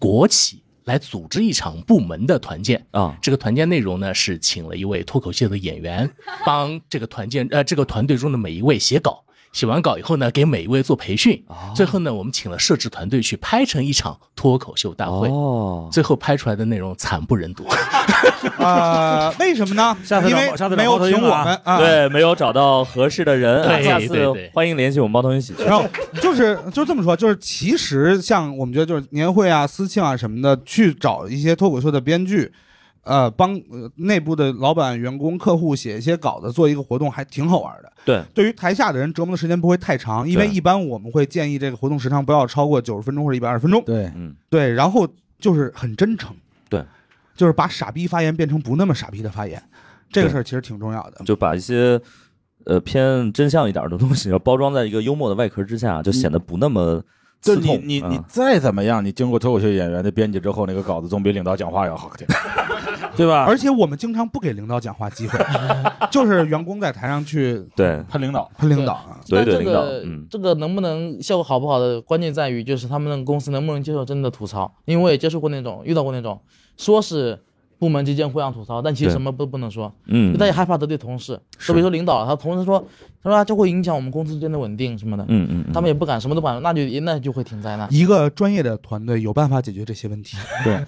S9: 国企来组织一场部门的团建
S1: 啊。
S9: 这个团建内容呢是请了一位脱口秀的演员，帮这个团建呃这个团队中的每一位写稿。写完稿以后呢，给每一位做培训。
S1: 哦
S9: 最后呢，我们请了摄制团队去拍成一场脱口秀大会。
S1: 哦，
S9: 最后拍出来的内容惨不忍睹。
S3: 啊，为什么呢？因为没有请我们啊。
S1: 对，没有找到合适的人，啊
S9: 对
S1: 下
S9: 对
S1: 次
S9: 对
S1: 欢迎联系我们猫头鹰喜剧。
S3: 然后就是就是这么说，就是其实像我们觉得就是年会啊、私庆啊什么的，去找一些脱口秀的编剧，呃，帮、呃内部的老板、员工、客户写一些稿子，做一个活动，还挺好玩的。
S1: 对，
S3: 对于台下的人折磨的时间不会太长，因为
S1: 对
S3: 一般我们会建议这个活动时长不要超过九十分钟或者一百二十分钟。
S8: 对，
S1: 嗯，
S3: 对，然后就是很真诚，
S1: 对，
S3: 就是把傻逼发言变成不那么傻逼的发言，这个
S1: 对
S3: 事儿其实挺重要的。
S1: 就把一些呃偏真相一点的东西，要包装在一个幽默的外壳之下，就显得不那么
S2: 就
S1: 刺
S2: 你
S1: 痛
S2: 你
S1: 嗯
S2: 你再怎么样，你经过脱口秀演员的编辑之后，那个稿子总比领导讲话要好听，对吧？
S3: 而且我们经常不给领导讲话机会，就是员工在台上去
S1: 对，
S2: 喷领导，
S3: 喷领导啊。
S1: 怼
S5: 但
S1: 怼
S5: 这
S1: 领导
S5: 个，
S1: 嗯，
S5: 这个能不能效果好不好的关键在于，就是他们那个公司能不能接受真的吐槽。因为我也接触过那种，遇到过那种，说是部门之间互相吐槽，但其实
S1: 对
S5: 什么都不能说，
S1: 嗯
S5: 就 大家害怕得罪同事，特别说领导，他同事说，他说啊这会影响我们公司之间的稳定什么的，
S1: 嗯嗯嗯，
S5: 他们也不敢，什么都不敢，那就那就会挺灾难。
S3: 嗯一个专业的团队有办法解决这些问题。
S2: 对，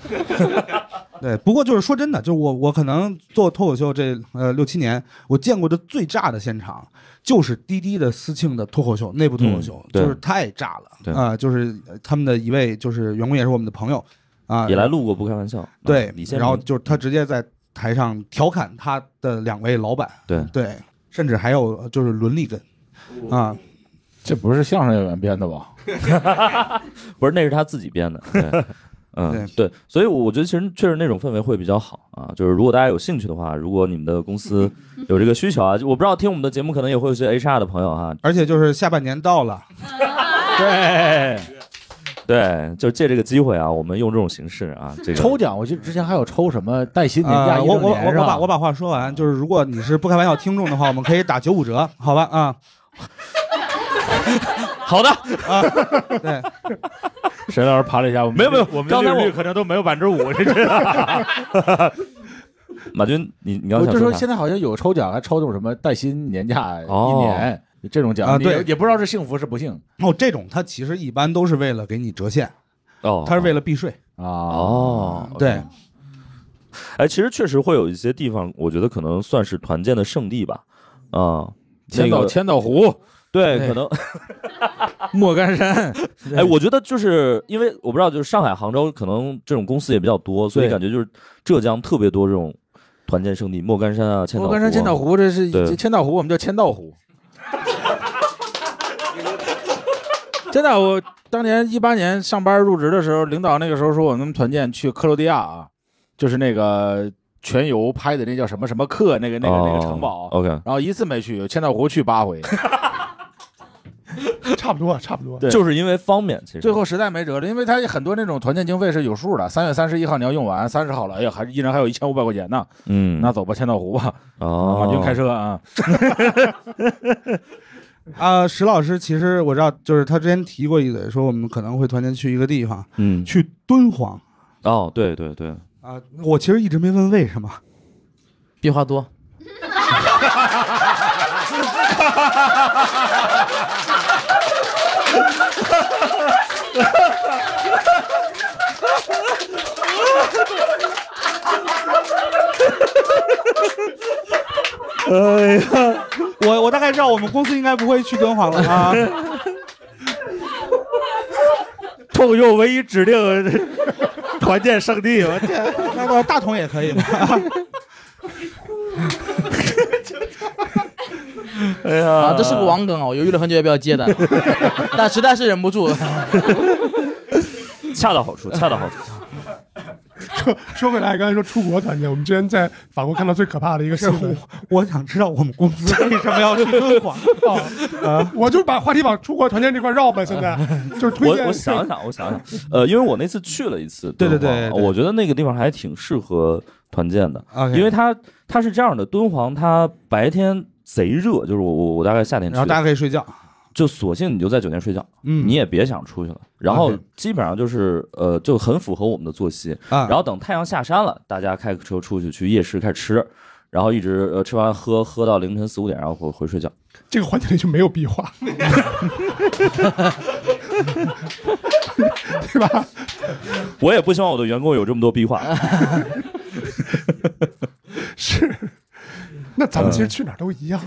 S3: 对。不过就是说真的，就是我我可能做脱口秀这呃六七年，我见过的最炸的现场就是滴滴的思庆的脱口秀内部脱口秀，
S1: 嗯对
S3: 就是太炸了
S1: 对
S3: 啊、就是呃他们的一位就是员工也是我们的朋友啊，
S1: 也来录过，不开玩笑。
S3: 对
S1: 李，先
S3: 然后就是他直接在台上调侃他的两位老板，
S1: 对
S3: 对，甚至还有呃就是伦理根啊，
S2: 这不是相声演员编的吧？
S1: 不是，那是他自己编的。 对嗯，对，所以我觉得其实确实那种氛围会比较好啊。就是如果大家有兴趣的话，如果你们的公司有这个需求啊，就我不知道听我们的节目可能也会有些 HR 的朋友啊，
S3: 而且就是下半年到了，
S2: 对，
S1: 对，就借这个机会啊，我们用这种形式啊，这个
S2: 抽奖，我记得之前还有抽什么带薪年假
S3: 啊，
S2: 一
S3: 我
S2: 整
S3: 我我
S2: 年是
S3: 我把
S2: 吧？
S3: 我把话说完，就是如果你是不开玩笑听众的话，我们可以打九五折，好吧啊，
S1: 好的，
S3: 对，
S2: 沈老师爬了一下，我们
S1: 没有没有
S2: 我们
S1: 刚才
S2: 利率
S1: 我
S2: 可能都没有百分之五，这是。
S1: 马军，你你刚
S2: 我
S1: 才想
S2: 就
S1: 说
S2: 说
S1: 啥
S2: 现在好像有抽奖，还抽那种什么带薪年假一
S1: 哦
S2: 年这种奖
S3: 啊
S2: 你
S3: 对
S2: 也也不知道是 幸福是不幸
S3: 哦，这种它其实一般都是为了给你折现，
S1: 哦，
S3: 它是为了避税，
S2: 啊。
S1: 哦，
S3: 对，
S1: 哎，其实确实会有一些地方，我觉得可能算是团建的圣地吧，啊、
S2: 千
S1: 那
S2: 岛
S1: 个
S2: 千岛湖、
S1: 对，
S2: 对
S1: 可能
S2: 莫干山，
S1: 哎，我觉得就是因为我不知道，就是上海、杭州可能这种公司也比较多，所以
S2: 对
S1: 感觉就是浙江特别多这种团建圣地，莫干山啊，千岛
S2: 莫干山、
S1: 啊
S2: 千岛，湖，这是
S1: 对
S2: 这千岛湖，我们叫千道湖。真的，我当年一八年上班入职的时候，领导那个时候说我们团建去克罗地亚啊，就是那个全游拍的那叫什么什么克那个那个、那个城堡
S1: 哦，OK，
S2: 然后一次没去，千岛湖去八回，
S4: 差不多，差不多。
S2: 对
S1: 就是因为方便，其实
S2: 最后实在没辙了，因为它很多那种团建经费是有数的，三月三十一号你要用完，三十号了，哎呀，还一人还有一千五百块钱呢，
S1: 嗯，
S2: 那走吧，千岛湖吧，
S1: 哦，
S2: 马军开车 啊，
S3: 啊、石老师其实我知道，就是他之前提过一个，说我们可能会团建去一个地方，
S1: 嗯，
S3: 去敦煌
S1: 哦，对对对，
S3: 啊、我其实一直没问为什么。
S5: 变化多，
S3: 我我大概知道我们公司应该不会去敦煌了 啊。
S2: 脱口秀唯一指定团建圣地，我天，
S3: 那个大同也可 以吗？
S5: 啊，这是个网梗啊，我犹豫了很久要不要接的，但实在是忍不住。
S1: 恰到好处，恰到好处，
S4: 说回来，刚才说出国团建，我们之前在法国看到最可怕的一个
S3: 是
S4: 事
S3: 我
S4: 情，
S3: 我想知道我们公司为什么要去 敦煌啊？
S4: 哦我就把话题往出国团建这块绕吧。现在 就是推荐，
S1: 我我想想，我想想，呃，因为我那次去了一次敦
S3: 对
S1: 煌，
S3: 对对对
S1: 我觉得那个地方还挺适合团建的，
S3: 啊，
S1: 因为它它是这样的，敦煌它白天贼热，就是我我我大概夏天去
S3: 然后大
S1: 的，
S3: 家可以睡觉，
S1: 就索性你就在酒店睡觉，
S3: 嗯，
S1: 你也别想出去了。然后
S3: OK
S1: 基本上就是呃，就很符合我们的作息。
S3: 啊，
S1: 然后等太阳下山了，大家开个车出去去夜市开始吃，然后一直呃吃完喝喝到凌晨四五点，然后回回睡觉。
S4: 这个环节里就没有壁画，对吧？
S1: 我也不希望我的员工有这么多壁 画。
S4: 是。那咱们
S2: 嗯
S4: 其实去哪儿都一样，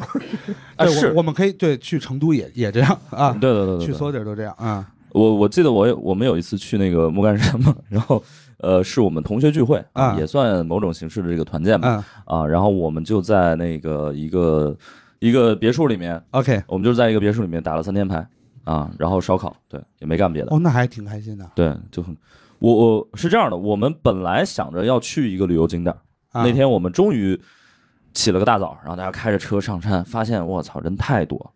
S1: 啊
S3: 对，
S1: 是
S3: 我我们可以对去成都也也这样啊，
S1: 对对对对
S3: 去
S1: 对
S3: 所有地儿都这样啊。
S1: 我我记得我有我们有一次去那个莫干山嘛， 然后呃是我们同学聚会，
S3: 啊
S1: 也算某种形式的这个团建吧
S3: 嗯
S1: 啊，然后我们就在那个一个一个别墅里面，
S3: ，OK，
S1: 我们就是在一个别墅里面打了三天牌啊，然后烧烤，对，也没干别的，
S3: 哦，那还挺开心的。
S1: 对，就很。我我是这样的，我们本来想着要去一个旅游景点儿，
S3: 啊
S1: 那天我们终于起了个大早，然后大家开着车上山，发现我操人太多，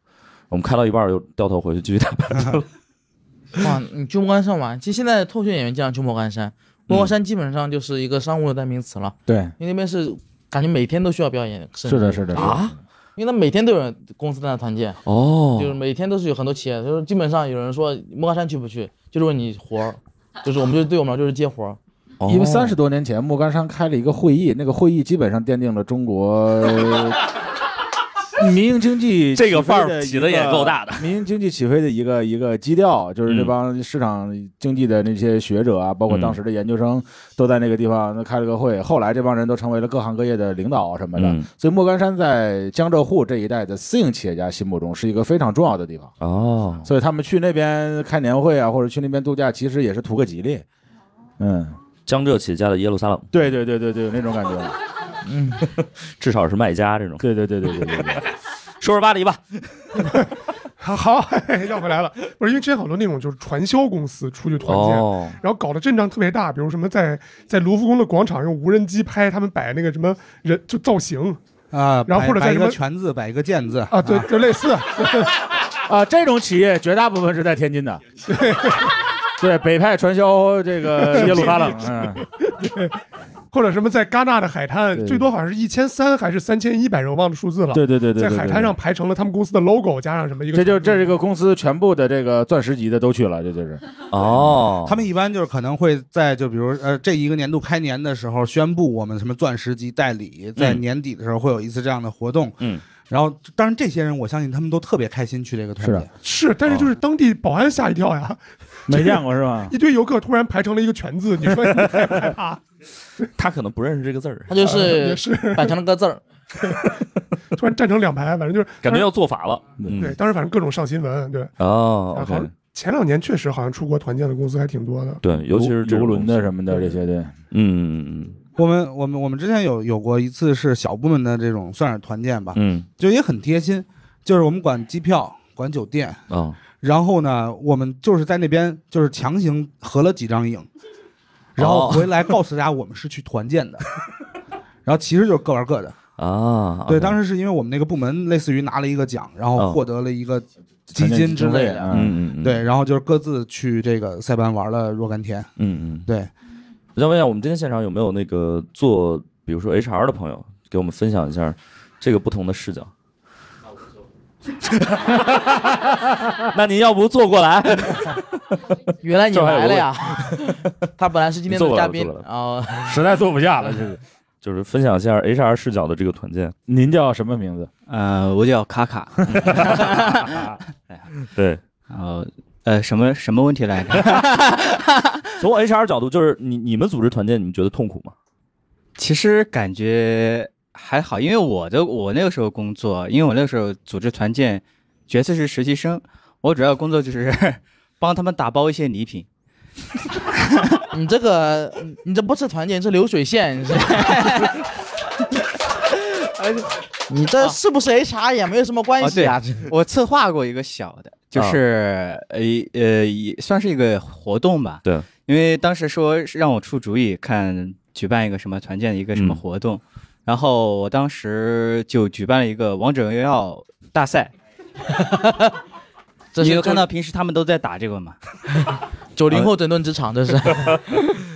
S1: 我们开到一半儿又掉头回去继续打牌去了。
S5: 哇，你去莫干山玩，其实现在脱口秀演员经常去莫干山，莫干山基本上就是一个商务的代名词了，
S2: 对，
S5: 因为那边是感觉每天都需要表演，
S2: 是的，是的，是的，
S5: 啊因为他每天都有人公司在那团建，
S1: 啊哦
S5: 就是每天都是有很多企业，就是基本上有人说莫干山去不去，就是问你活儿，就是我们就对我们来说就是接活儿，
S2: 因
S1: 哦
S2: 为三十多年前，莫干山开了一个会议，那个会议基本上奠定了中国 民营经济
S1: 这个范儿
S2: 起飞的
S1: 起得也够大
S2: 的一个，民营经济起飞的一个一个基调，就是这帮市场经济的那些学者啊，包
S1: 嗯
S2: 括当时的研究生，都在那个地方那开了个会。后来这帮人都成为了各行各业的领导什么的，
S1: 嗯
S2: 所以莫干山在江浙沪这一带的私营企业家心目中是一个非常重要的地方。
S1: 哦，
S2: 所以他们去那边开年会啊，或者去那边度假，其实也是图个吉利。嗯，
S1: 江浙起家的耶路撒冷，
S2: 对对对对对，有那种感觉。
S1: 至少是卖家这种。
S2: 对对对对对对对，
S1: 说说巴黎吧，
S4: 好好，哎绕回来了。不是因为之前好多那种就是传销公司出去团建，
S1: 哦
S4: 然后搞得阵仗特别大，比如什么在在卢浮宫的广场用无人机拍他们摆那个什么人就造型
S3: 啊，
S4: 然后
S3: 摆
S4: 或者在
S3: 摆一
S4: 什
S3: 个
S4: 么
S3: 全字，摆一个见字
S4: 啊，对，就类似，
S2: 啊，这种企业绝大部分是在天津的。对，北派传销这个耶路撒冷， 嗯，
S4: 或者什么在戛纳的海滩，
S2: 对
S4: 最多好像是一千三还是三千一百人，我忘了数字了。
S2: 对对对对，
S4: 在
S2: 对
S4: 海滩上，排成了他们公司的 logo，加上什么一个，
S2: 对对这就这是个公司全部的这个钻石级的都去了，这就是
S1: 哦，
S3: 他们一般就是可能会在就比如呃这一个年度开年的时候宣布我们什么钻石级代理，在
S1: 嗯
S3: 年底的时候会有一次这样的活动。
S1: 嗯，
S3: 然后当然这些人我相信他们都特别开心去这个团
S2: 是的
S3: 建。
S4: 是，但是就是当地保安吓一跳呀，
S2: 哦没见过是
S1: 啊
S2: 吧？
S4: 一堆游客突然排成了一个全字，你说你害不害怕？
S1: 他可能不认识这个字儿，
S5: 他就
S4: 啊也
S5: 是
S4: 是
S5: 摆成了个字儿，
S4: 突然站成两排，反正就是
S1: 感觉要做法了。
S4: 对，
S1: 嗯，
S4: 当时反正各种上新闻，对。
S1: 哦
S4: 然后
S1: ，OK，
S4: 前两年确实好像出国团建的公司还挺多的，
S1: 对，尤其是这
S2: 游
S1: 种
S2: 轮的，什么的这些，对，
S1: 嗯嗯
S3: 我们我们我们之前有有过一次是小部门的这种算是团建吧，
S1: 嗯
S3: 就也很贴心，就是我们管机票、管酒店，
S1: 嗯，哦，
S3: 然后呢，我们就是在那边就是强行合了几张影，然后
S1: 哦
S3: 回来告诉大家我们是去团 建的，然后其实就是各玩各的。
S1: 啊，
S3: 对，
S1: OK
S3: 当时是因为我们那个部门类似于拿了一个奖，然
S1: 哦
S3: 后获得了一个基金之类的，
S1: 嗯
S2: 嗯，
S1: 嗯嗯，
S3: 对，然后就是各自去这个塞班玩了若干天，
S1: 嗯嗯。
S3: 对，
S1: 我想问一下，我们今天现场有没有那个做，比如说 HR 的朋友，给我们分享一下这个不同的视角？ 那您要不坐过来？
S5: 原来你
S1: 这还有
S5: 来
S1: 个
S5: 了呀！他本来是今天
S1: 你坐
S5: 的
S1: 过来
S5: 嘉宾
S1: 坐过来
S5: 啊，
S2: 实在坐不下了，这是。
S1: 就是分享一下 HR 视角的这个团建。
S2: 您叫什么名字？
S10: 呃，我叫卡卡，
S1: 对，
S10: 然后呃，什么什么问题来着？
S1: 从 HR 角度，就是你你们组织团建，你们觉得痛苦吗？
S10: 其实感觉还好，因为我的我那个时候工作，因为我那个时候组织团建，角色是实习生，我主要工作就是 帮他们打包一些礼品。
S5: 你这个嗯你这不是团建，你这流水线，你是。你这是不是 HR 也没有什么
S10: 哦
S5: 关系啊？这
S10: 啊我策划过一个小的，就是呃呃，也算是一个活动吧。
S1: 啊对，
S10: 因为当时说是让我出主意，看举办一个什么团建的一个什么
S1: 嗯
S10: 活动，然后我当时就举办了一个王者荣耀大赛。
S5: 这
S10: 你
S5: 是
S10: 有看到平时他们都在打这个吗？
S5: 九零后整顿职场，这是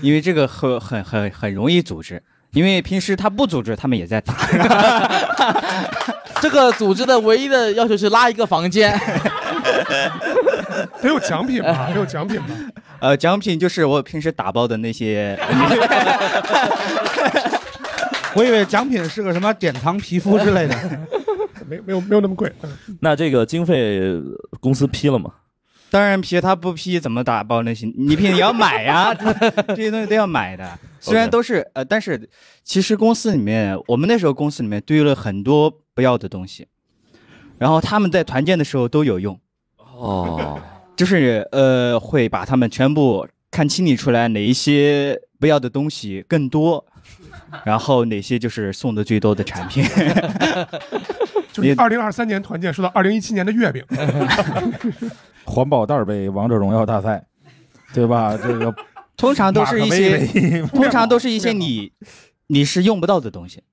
S10: 因为这个很很很很容易组织，因为平时他不组织，他们也在打。
S5: 这个组织的唯一的要求是拉一个房间，
S4: 得有 奖品吧，得有奖品吧。
S10: 呃，奖品就是我平时打包的那些，
S3: 我以为奖品是个什么典藏皮肤之类的，
S4: 没没有没有那么贵。嗯
S1: 那这个经费呃公司批了吗？
S10: 当然批他不批怎么打包那些？你批你要买 呀，这这些东西都要买的。虽然都是呃，但是其实公司里面，我们那时候公司里面堆了很多不要的东西，然后他们在团建的时候都有用，
S1: 哦，
S10: 就是呃会把他们全部看清理出来，哪一些不要的东西更多，然后哪些就是送的最多的产品。
S4: 就是
S10: 你
S4: 二零二三年团建，说到二零一七年的月饼，
S2: 环保袋儿杯王者荣耀大赛，对吧？这 个
S10: 通常都是一
S2: 马克
S10: 些，
S2: 杯
S10: 通常都是一些你你是用不到的东西，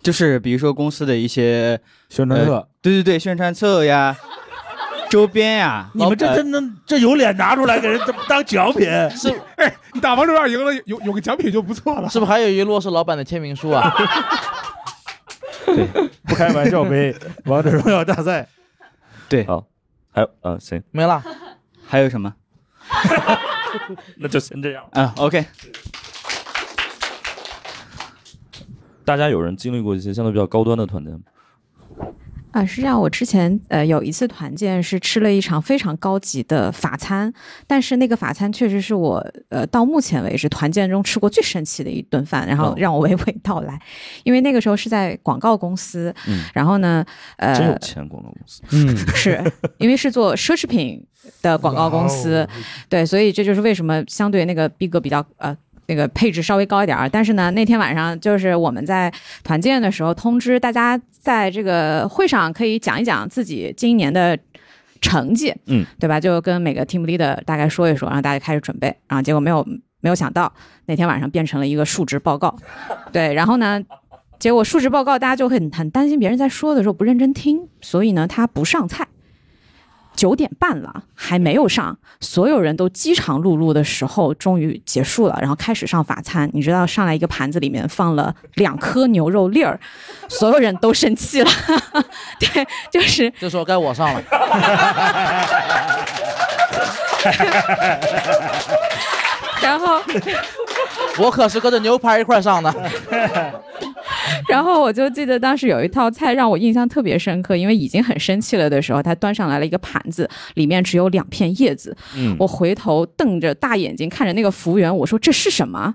S10: 就是比如说公司的一些，呃
S2: 宣传册，
S10: 对对对，宣传册呀， 周边呀、
S11: 你们这真能这有脸拿出来给人这么当奖品？
S5: 是，
S4: 哎，你打王者荣耀赢了，有有个奖品就不错了。
S5: 是不是还有一摞是老板的签名书啊？
S11: 不开玩笑杯王者荣耀大赛，
S10: 对，
S1: 好，还有啊，行，
S5: 没了。
S10: 还有什么
S1: 那就先这样。
S10: 啊？OK，
S1: 大家有人经历过一些相对比较高端的团建吗？
S7: 啊，是这样。我之前呃有一次团建是吃了一场非常高级的法餐，但是那个法餐确实是我呃到目前为止团建中吃过最神奇的一顿饭，然后
S1: 哦
S7: 让我娓娓道来。因为那个时候是在广告公司，
S1: 嗯
S7: 然后呢，呃，
S1: 真有钱，广告公司。
S10: 嗯，
S7: 是因为是做奢侈品的广告公司，对，所以这就是为什么相对那个逼格比较呃。那个配置稍微高一点儿，但是呢，那天晚上就是我们在团建的时候通知大家，在这个会上可以讲一讲自己今年的成绩，
S1: 嗯，
S7: 对吧？就跟每个 team leader 大概说一说，然后大家开始准备，然后结果没有没有想到，那天晚上变成了一个述职报告，对，然后呢，结果述职报告大家就很很担心别人在说的时候不认真听，所以呢，他不上菜。九点半了，还没有上，所有人都饥肠辘辘的时候，终于结束了，然后开始上法餐。你知道，上来一个盘子里面放了两颗牛肉粒儿，所有人都生气了。 对， 就是
S5: 这时候该我上了。
S7: 然后，
S5: 我可是跟着牛排一块上的。
S7: 然后我就记得当时有一套菜让我印象特别深刻，因为已经很生气了的时候，他端上来了一个盘子，里面只有两片叶子。
S1: 嗯
S7: 我回头瞪着大眼睛看着那个服务员，我说这是什么？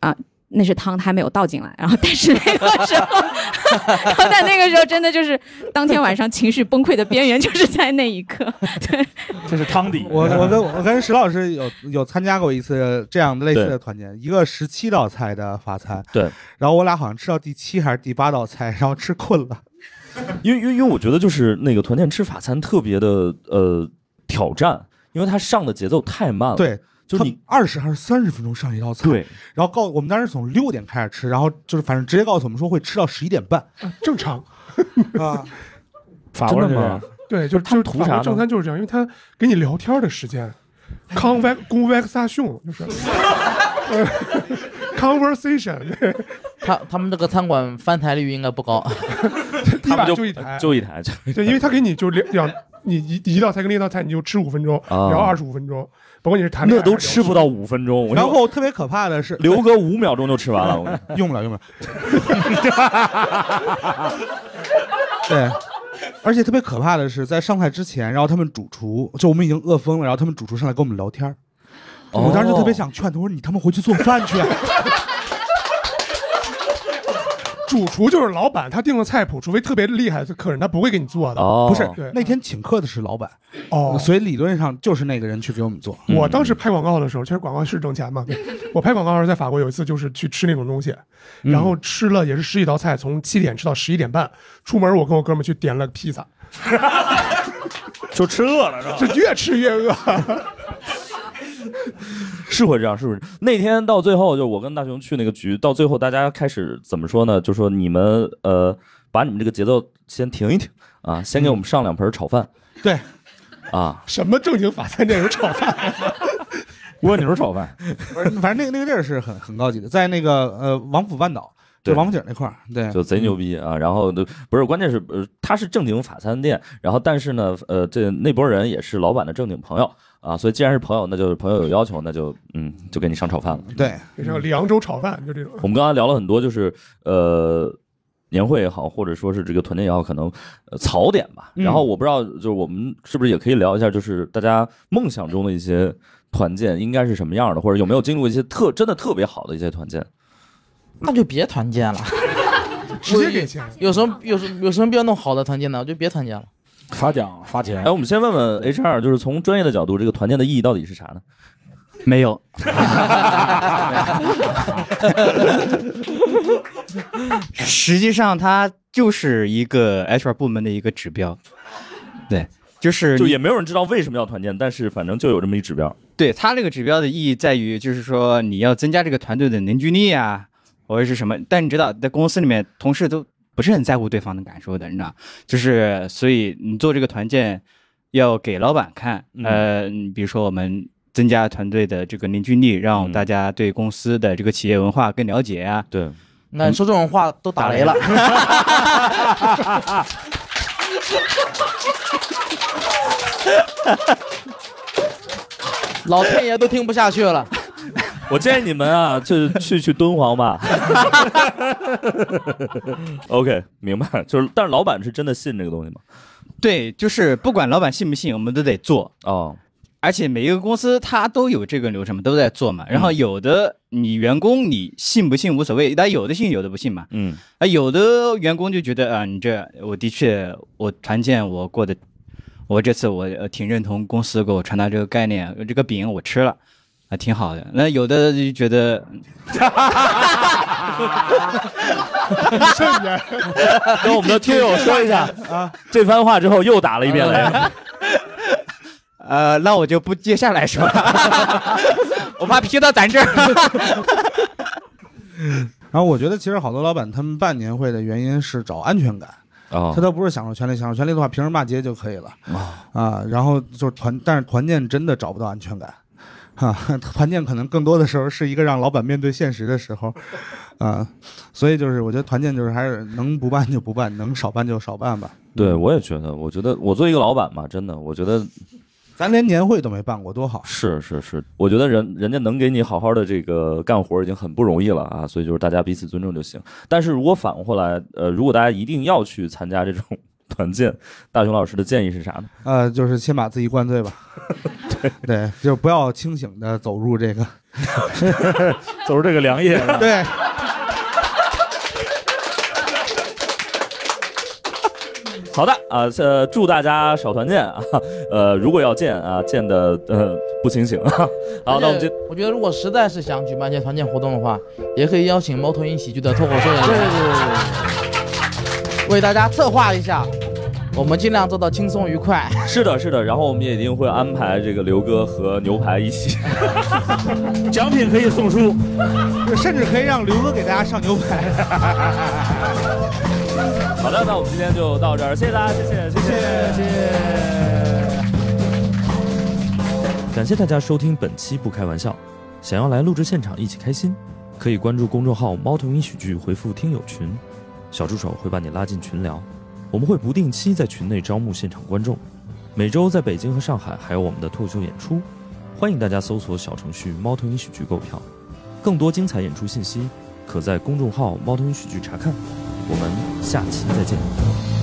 S7: 啊、那是汤，他还没有倒进来。然后，但是那个时候， 然后但那个时候真的就是当天晚上情绪崩溃的边缘，就是在那一刻。
S11: 这是汤底。
S3: 我我跟我跟石老师有有参加过一次这样的类似的团建，一个十七道菜的法餐，
S1: 对，
S3: 然后我俩好像吃到第七还是第八道菜，然后吃困了。
S1: 因为因为因为我觉得就是那个团建吃法餐特别的呃挑战，因为它上的节奏太慢了。
S3: 对，
S1: 就是你
S3: 二十还是三十分钟上一道菜，
S1: 对，
S3: 然后告我们当时从六点开始吃，然后就是反正直接告诉我们说会吃到十一点半
S4: 正常，
S3: 啊，
S11: 法
S1: 真
S11: 国
S1: 的
S11: 人就这
S1: 吗
S11: 样？？
S4: 对，就就
S1: 图
S4: 法
S1: 啥
S4: 国
S1: 呢
S4: 正餐就是这样，因为他给你聊天的时间，convex 公 vex 萨雄就是呃 conversation，对
S5: 他他们这个餐馆翻台率应该 不高。
S4: 一
S1: 他
S4: 把
S1: 们就
S4: 一台，
S1: 就一台，就
S4: 对，因为他给你就两两，你一一道菜跟另一道菜你就吃五分钟，
S1: 啊
S4: 聊二十五分钟，甭管你是谈恋爱
S1: 那
S4: 还是聊
S1: 都吃不到五分钟，我跟你
S3: 然
S1: 说
S3: 后特别可 怕的是
S1: 留个五秒钟就吃完了。我跟你说
S3: 用不了，用不了。对，而且特别可怕的是，在上菜之前，然后他们主厨就我们已经饿疯了，然后他们主厨上来跟我们聊天儿。我当时就特别想劝他，我说你他妈回去做饭去。
S4: 主厨就是老板，他定了菜谱，除非特别厉害的客人，他不会给你做的。
S1: 哦，
S3: 不是
S4: 对
S3: 那天请客的是老板，
S4: 哦，嗯
S3: 所以理论上就是那个人去给我们做。
S11: 嗯
S4: 我当时拍广告的时候，其实广告是挣钱 嘛。对我拍广告的时候在法国有一次就是去吃那种东西，
S11: 嗯
S4: 然后吃了也是十几道菜，从七点吃到十一点半。出门我跟我哥们儿去点了个披萨，
S11: 就吃饿了是吧？
S4: 这越吃越饿。
S1: 是会这样，是不是？那天到最后，就我跟大雄去那个局，到最后大家开始怎么说呢？就说你们呃，把你们这个节奏先停一停啊，先给我们上两盆炒饭
S3: 对，
S1: 啊。
S4: 什么正经法餐店有炒饭？
S11: 蜗牛炒 饭，
S3: 不是反正那个那个地儿是很很高级的，在那个呃王府半岛，
S1: 对
S3: 就王府井 那块儿。对，
S1: 就贼牛逼啊！然后呢不是，关键是呃，他是正经法餐店，然后但是呢，呃，这那波人也是老板的正经朋友啊，所以既然是朋友，那就是朋友有要求，那就嗯，就给你上炒饭了。
S3: 对，
S4: 那叫凉州炒饭，就这种。
S1: 我们刚刚聊了很多，就是呃。年会也好，或者说是这个团建也好，可能、呃、槽点吧。
S3: 嗯
S1: 然后我不知道，就是我们是不是也可以聊一下，就是大家梦想中的一些团建应该是什么样的，或者有没有经历过一些特真的特别好的一些团建？
S5: 那就别团建了，
S4: 直接给钱。
S5: 有什么有什么有什么必要弄好的团建呢？我就别团建了。
S8: 发奖发钱
S1: 哎，，我们先问问 HR，就是从专业的角度，这个团建的意义到底是啥呢？
S10: 没有，实际上它就是一个 HR 部门的一个指标，对，就是
S1: 就
S10: 你
S1: 也没有人知道为什么要团建，但是反正就有这么一指标。
S10: 对它这个指标的意义在于，就是说你要增加这个团队的凝聚力啊，或者是什么。但你知道，在公司里面，同事都不是很在乎对方的感受的，你知道，就是所以你做这个团建，要给老板看，
S1: 嗯
S10: 呃，比如说我们增加团队的这个凝聚力，让大家对公司的这个企业文化更了解啊。
S1: 嗯对，
S5: 那说这种话都打雷了。老天爷都听不下去了。
S1: 我建议你们啊，就是去去敦煌吧。OK，明白了。就是，但是老板是真的信这个东西吗？
S10: 对，就是不管老板信不信，我们都得做
S1: 哦。
S10: 而且每一个公司它都有这个流程嘛，都在做
S1: 嗯
S10: 嘛。然后有的你员工你信不信无所谓，但有的信有的不信嘛。
S1: 嗯，
S10: 啊，有的员工就觉得啊、你这我的确我团建我过得，我这次我呃挺认同公司给我传达这个概念，这个饼我吃了。啊，挺好的。那有的就觉得，
S4: 瞬间，
S1: 跟我们的听友说一下啊，这番话之后又打了一遍雷。
S10: 呃，那我就不接
S11: 哎
S10: 下来 说了，我怕批到咱这儿。
S3: 然后我觉得，其实好多老板他们办年会的原因是找安全感，
S1: 哦
S3: 他倒不是享受权利，享受权利的话，平时骂街就可以了啊。然后就是团，但是团建真的找不到安全感。 哈、团建可能更多的时候是一个让老板面对现实的时候， 啊，所以就是我觉得团建就是还是能不办就不办，能少办就少办吧。
S1: 对，我也觉得，我觉得我作为一个老板嘛，真的，我觉得
S3: 咱连年会都没办过，多好！
S1: 是是是，我觉得人人家能给你好好的这个干活已经很不容易了啊，所以就是大家彼此尊重就行。但是如果反过来，呃，如果大家一定要去参加这种 团建，大熊老师的建议是啥呢？
S3: 呃，就是先把自己灌 醉吧，对对，就是不要清醒的走入这个，
S1: 走入这个良夜，
S3: 对。
S1: 好的啊，呃，祝大家少团建啊，呃，如果要见啊，见的呃不清醒啊。好，那我们今
S5: 我觉得如果实在是想举办一些团建活动的话，也可以邀请猫头鹰喜剧的脱口秀演员，对对对对，为大家策划一下，我们尽量做到轻松愉快。
S1: 是的，是的，然后我们也一定会安排这个刘哥和牛排一起，奖品可以送出。
S3: 甚至可以让刘哥给大家上牛排。
S1: 好的，那我们今天就到这儿，谢谢大家，谢谢，谢谢，谢谢。感谢大家收听本期《不开玩笑》，想要来录制现场一起开心，可以关注公众号“猫头鹰喜剧”，回复“听友群”，小助手会把你拉进群聊。我们会不定期在群内招募现场观众，每周在北京和上海还有我们的脱口秀演出，欢迎大家搜索小程序“猫头鹰喜剧”购票。更多精彩演出信息，可在公众号“猫头鹰喜剧”查看。我们下期再见。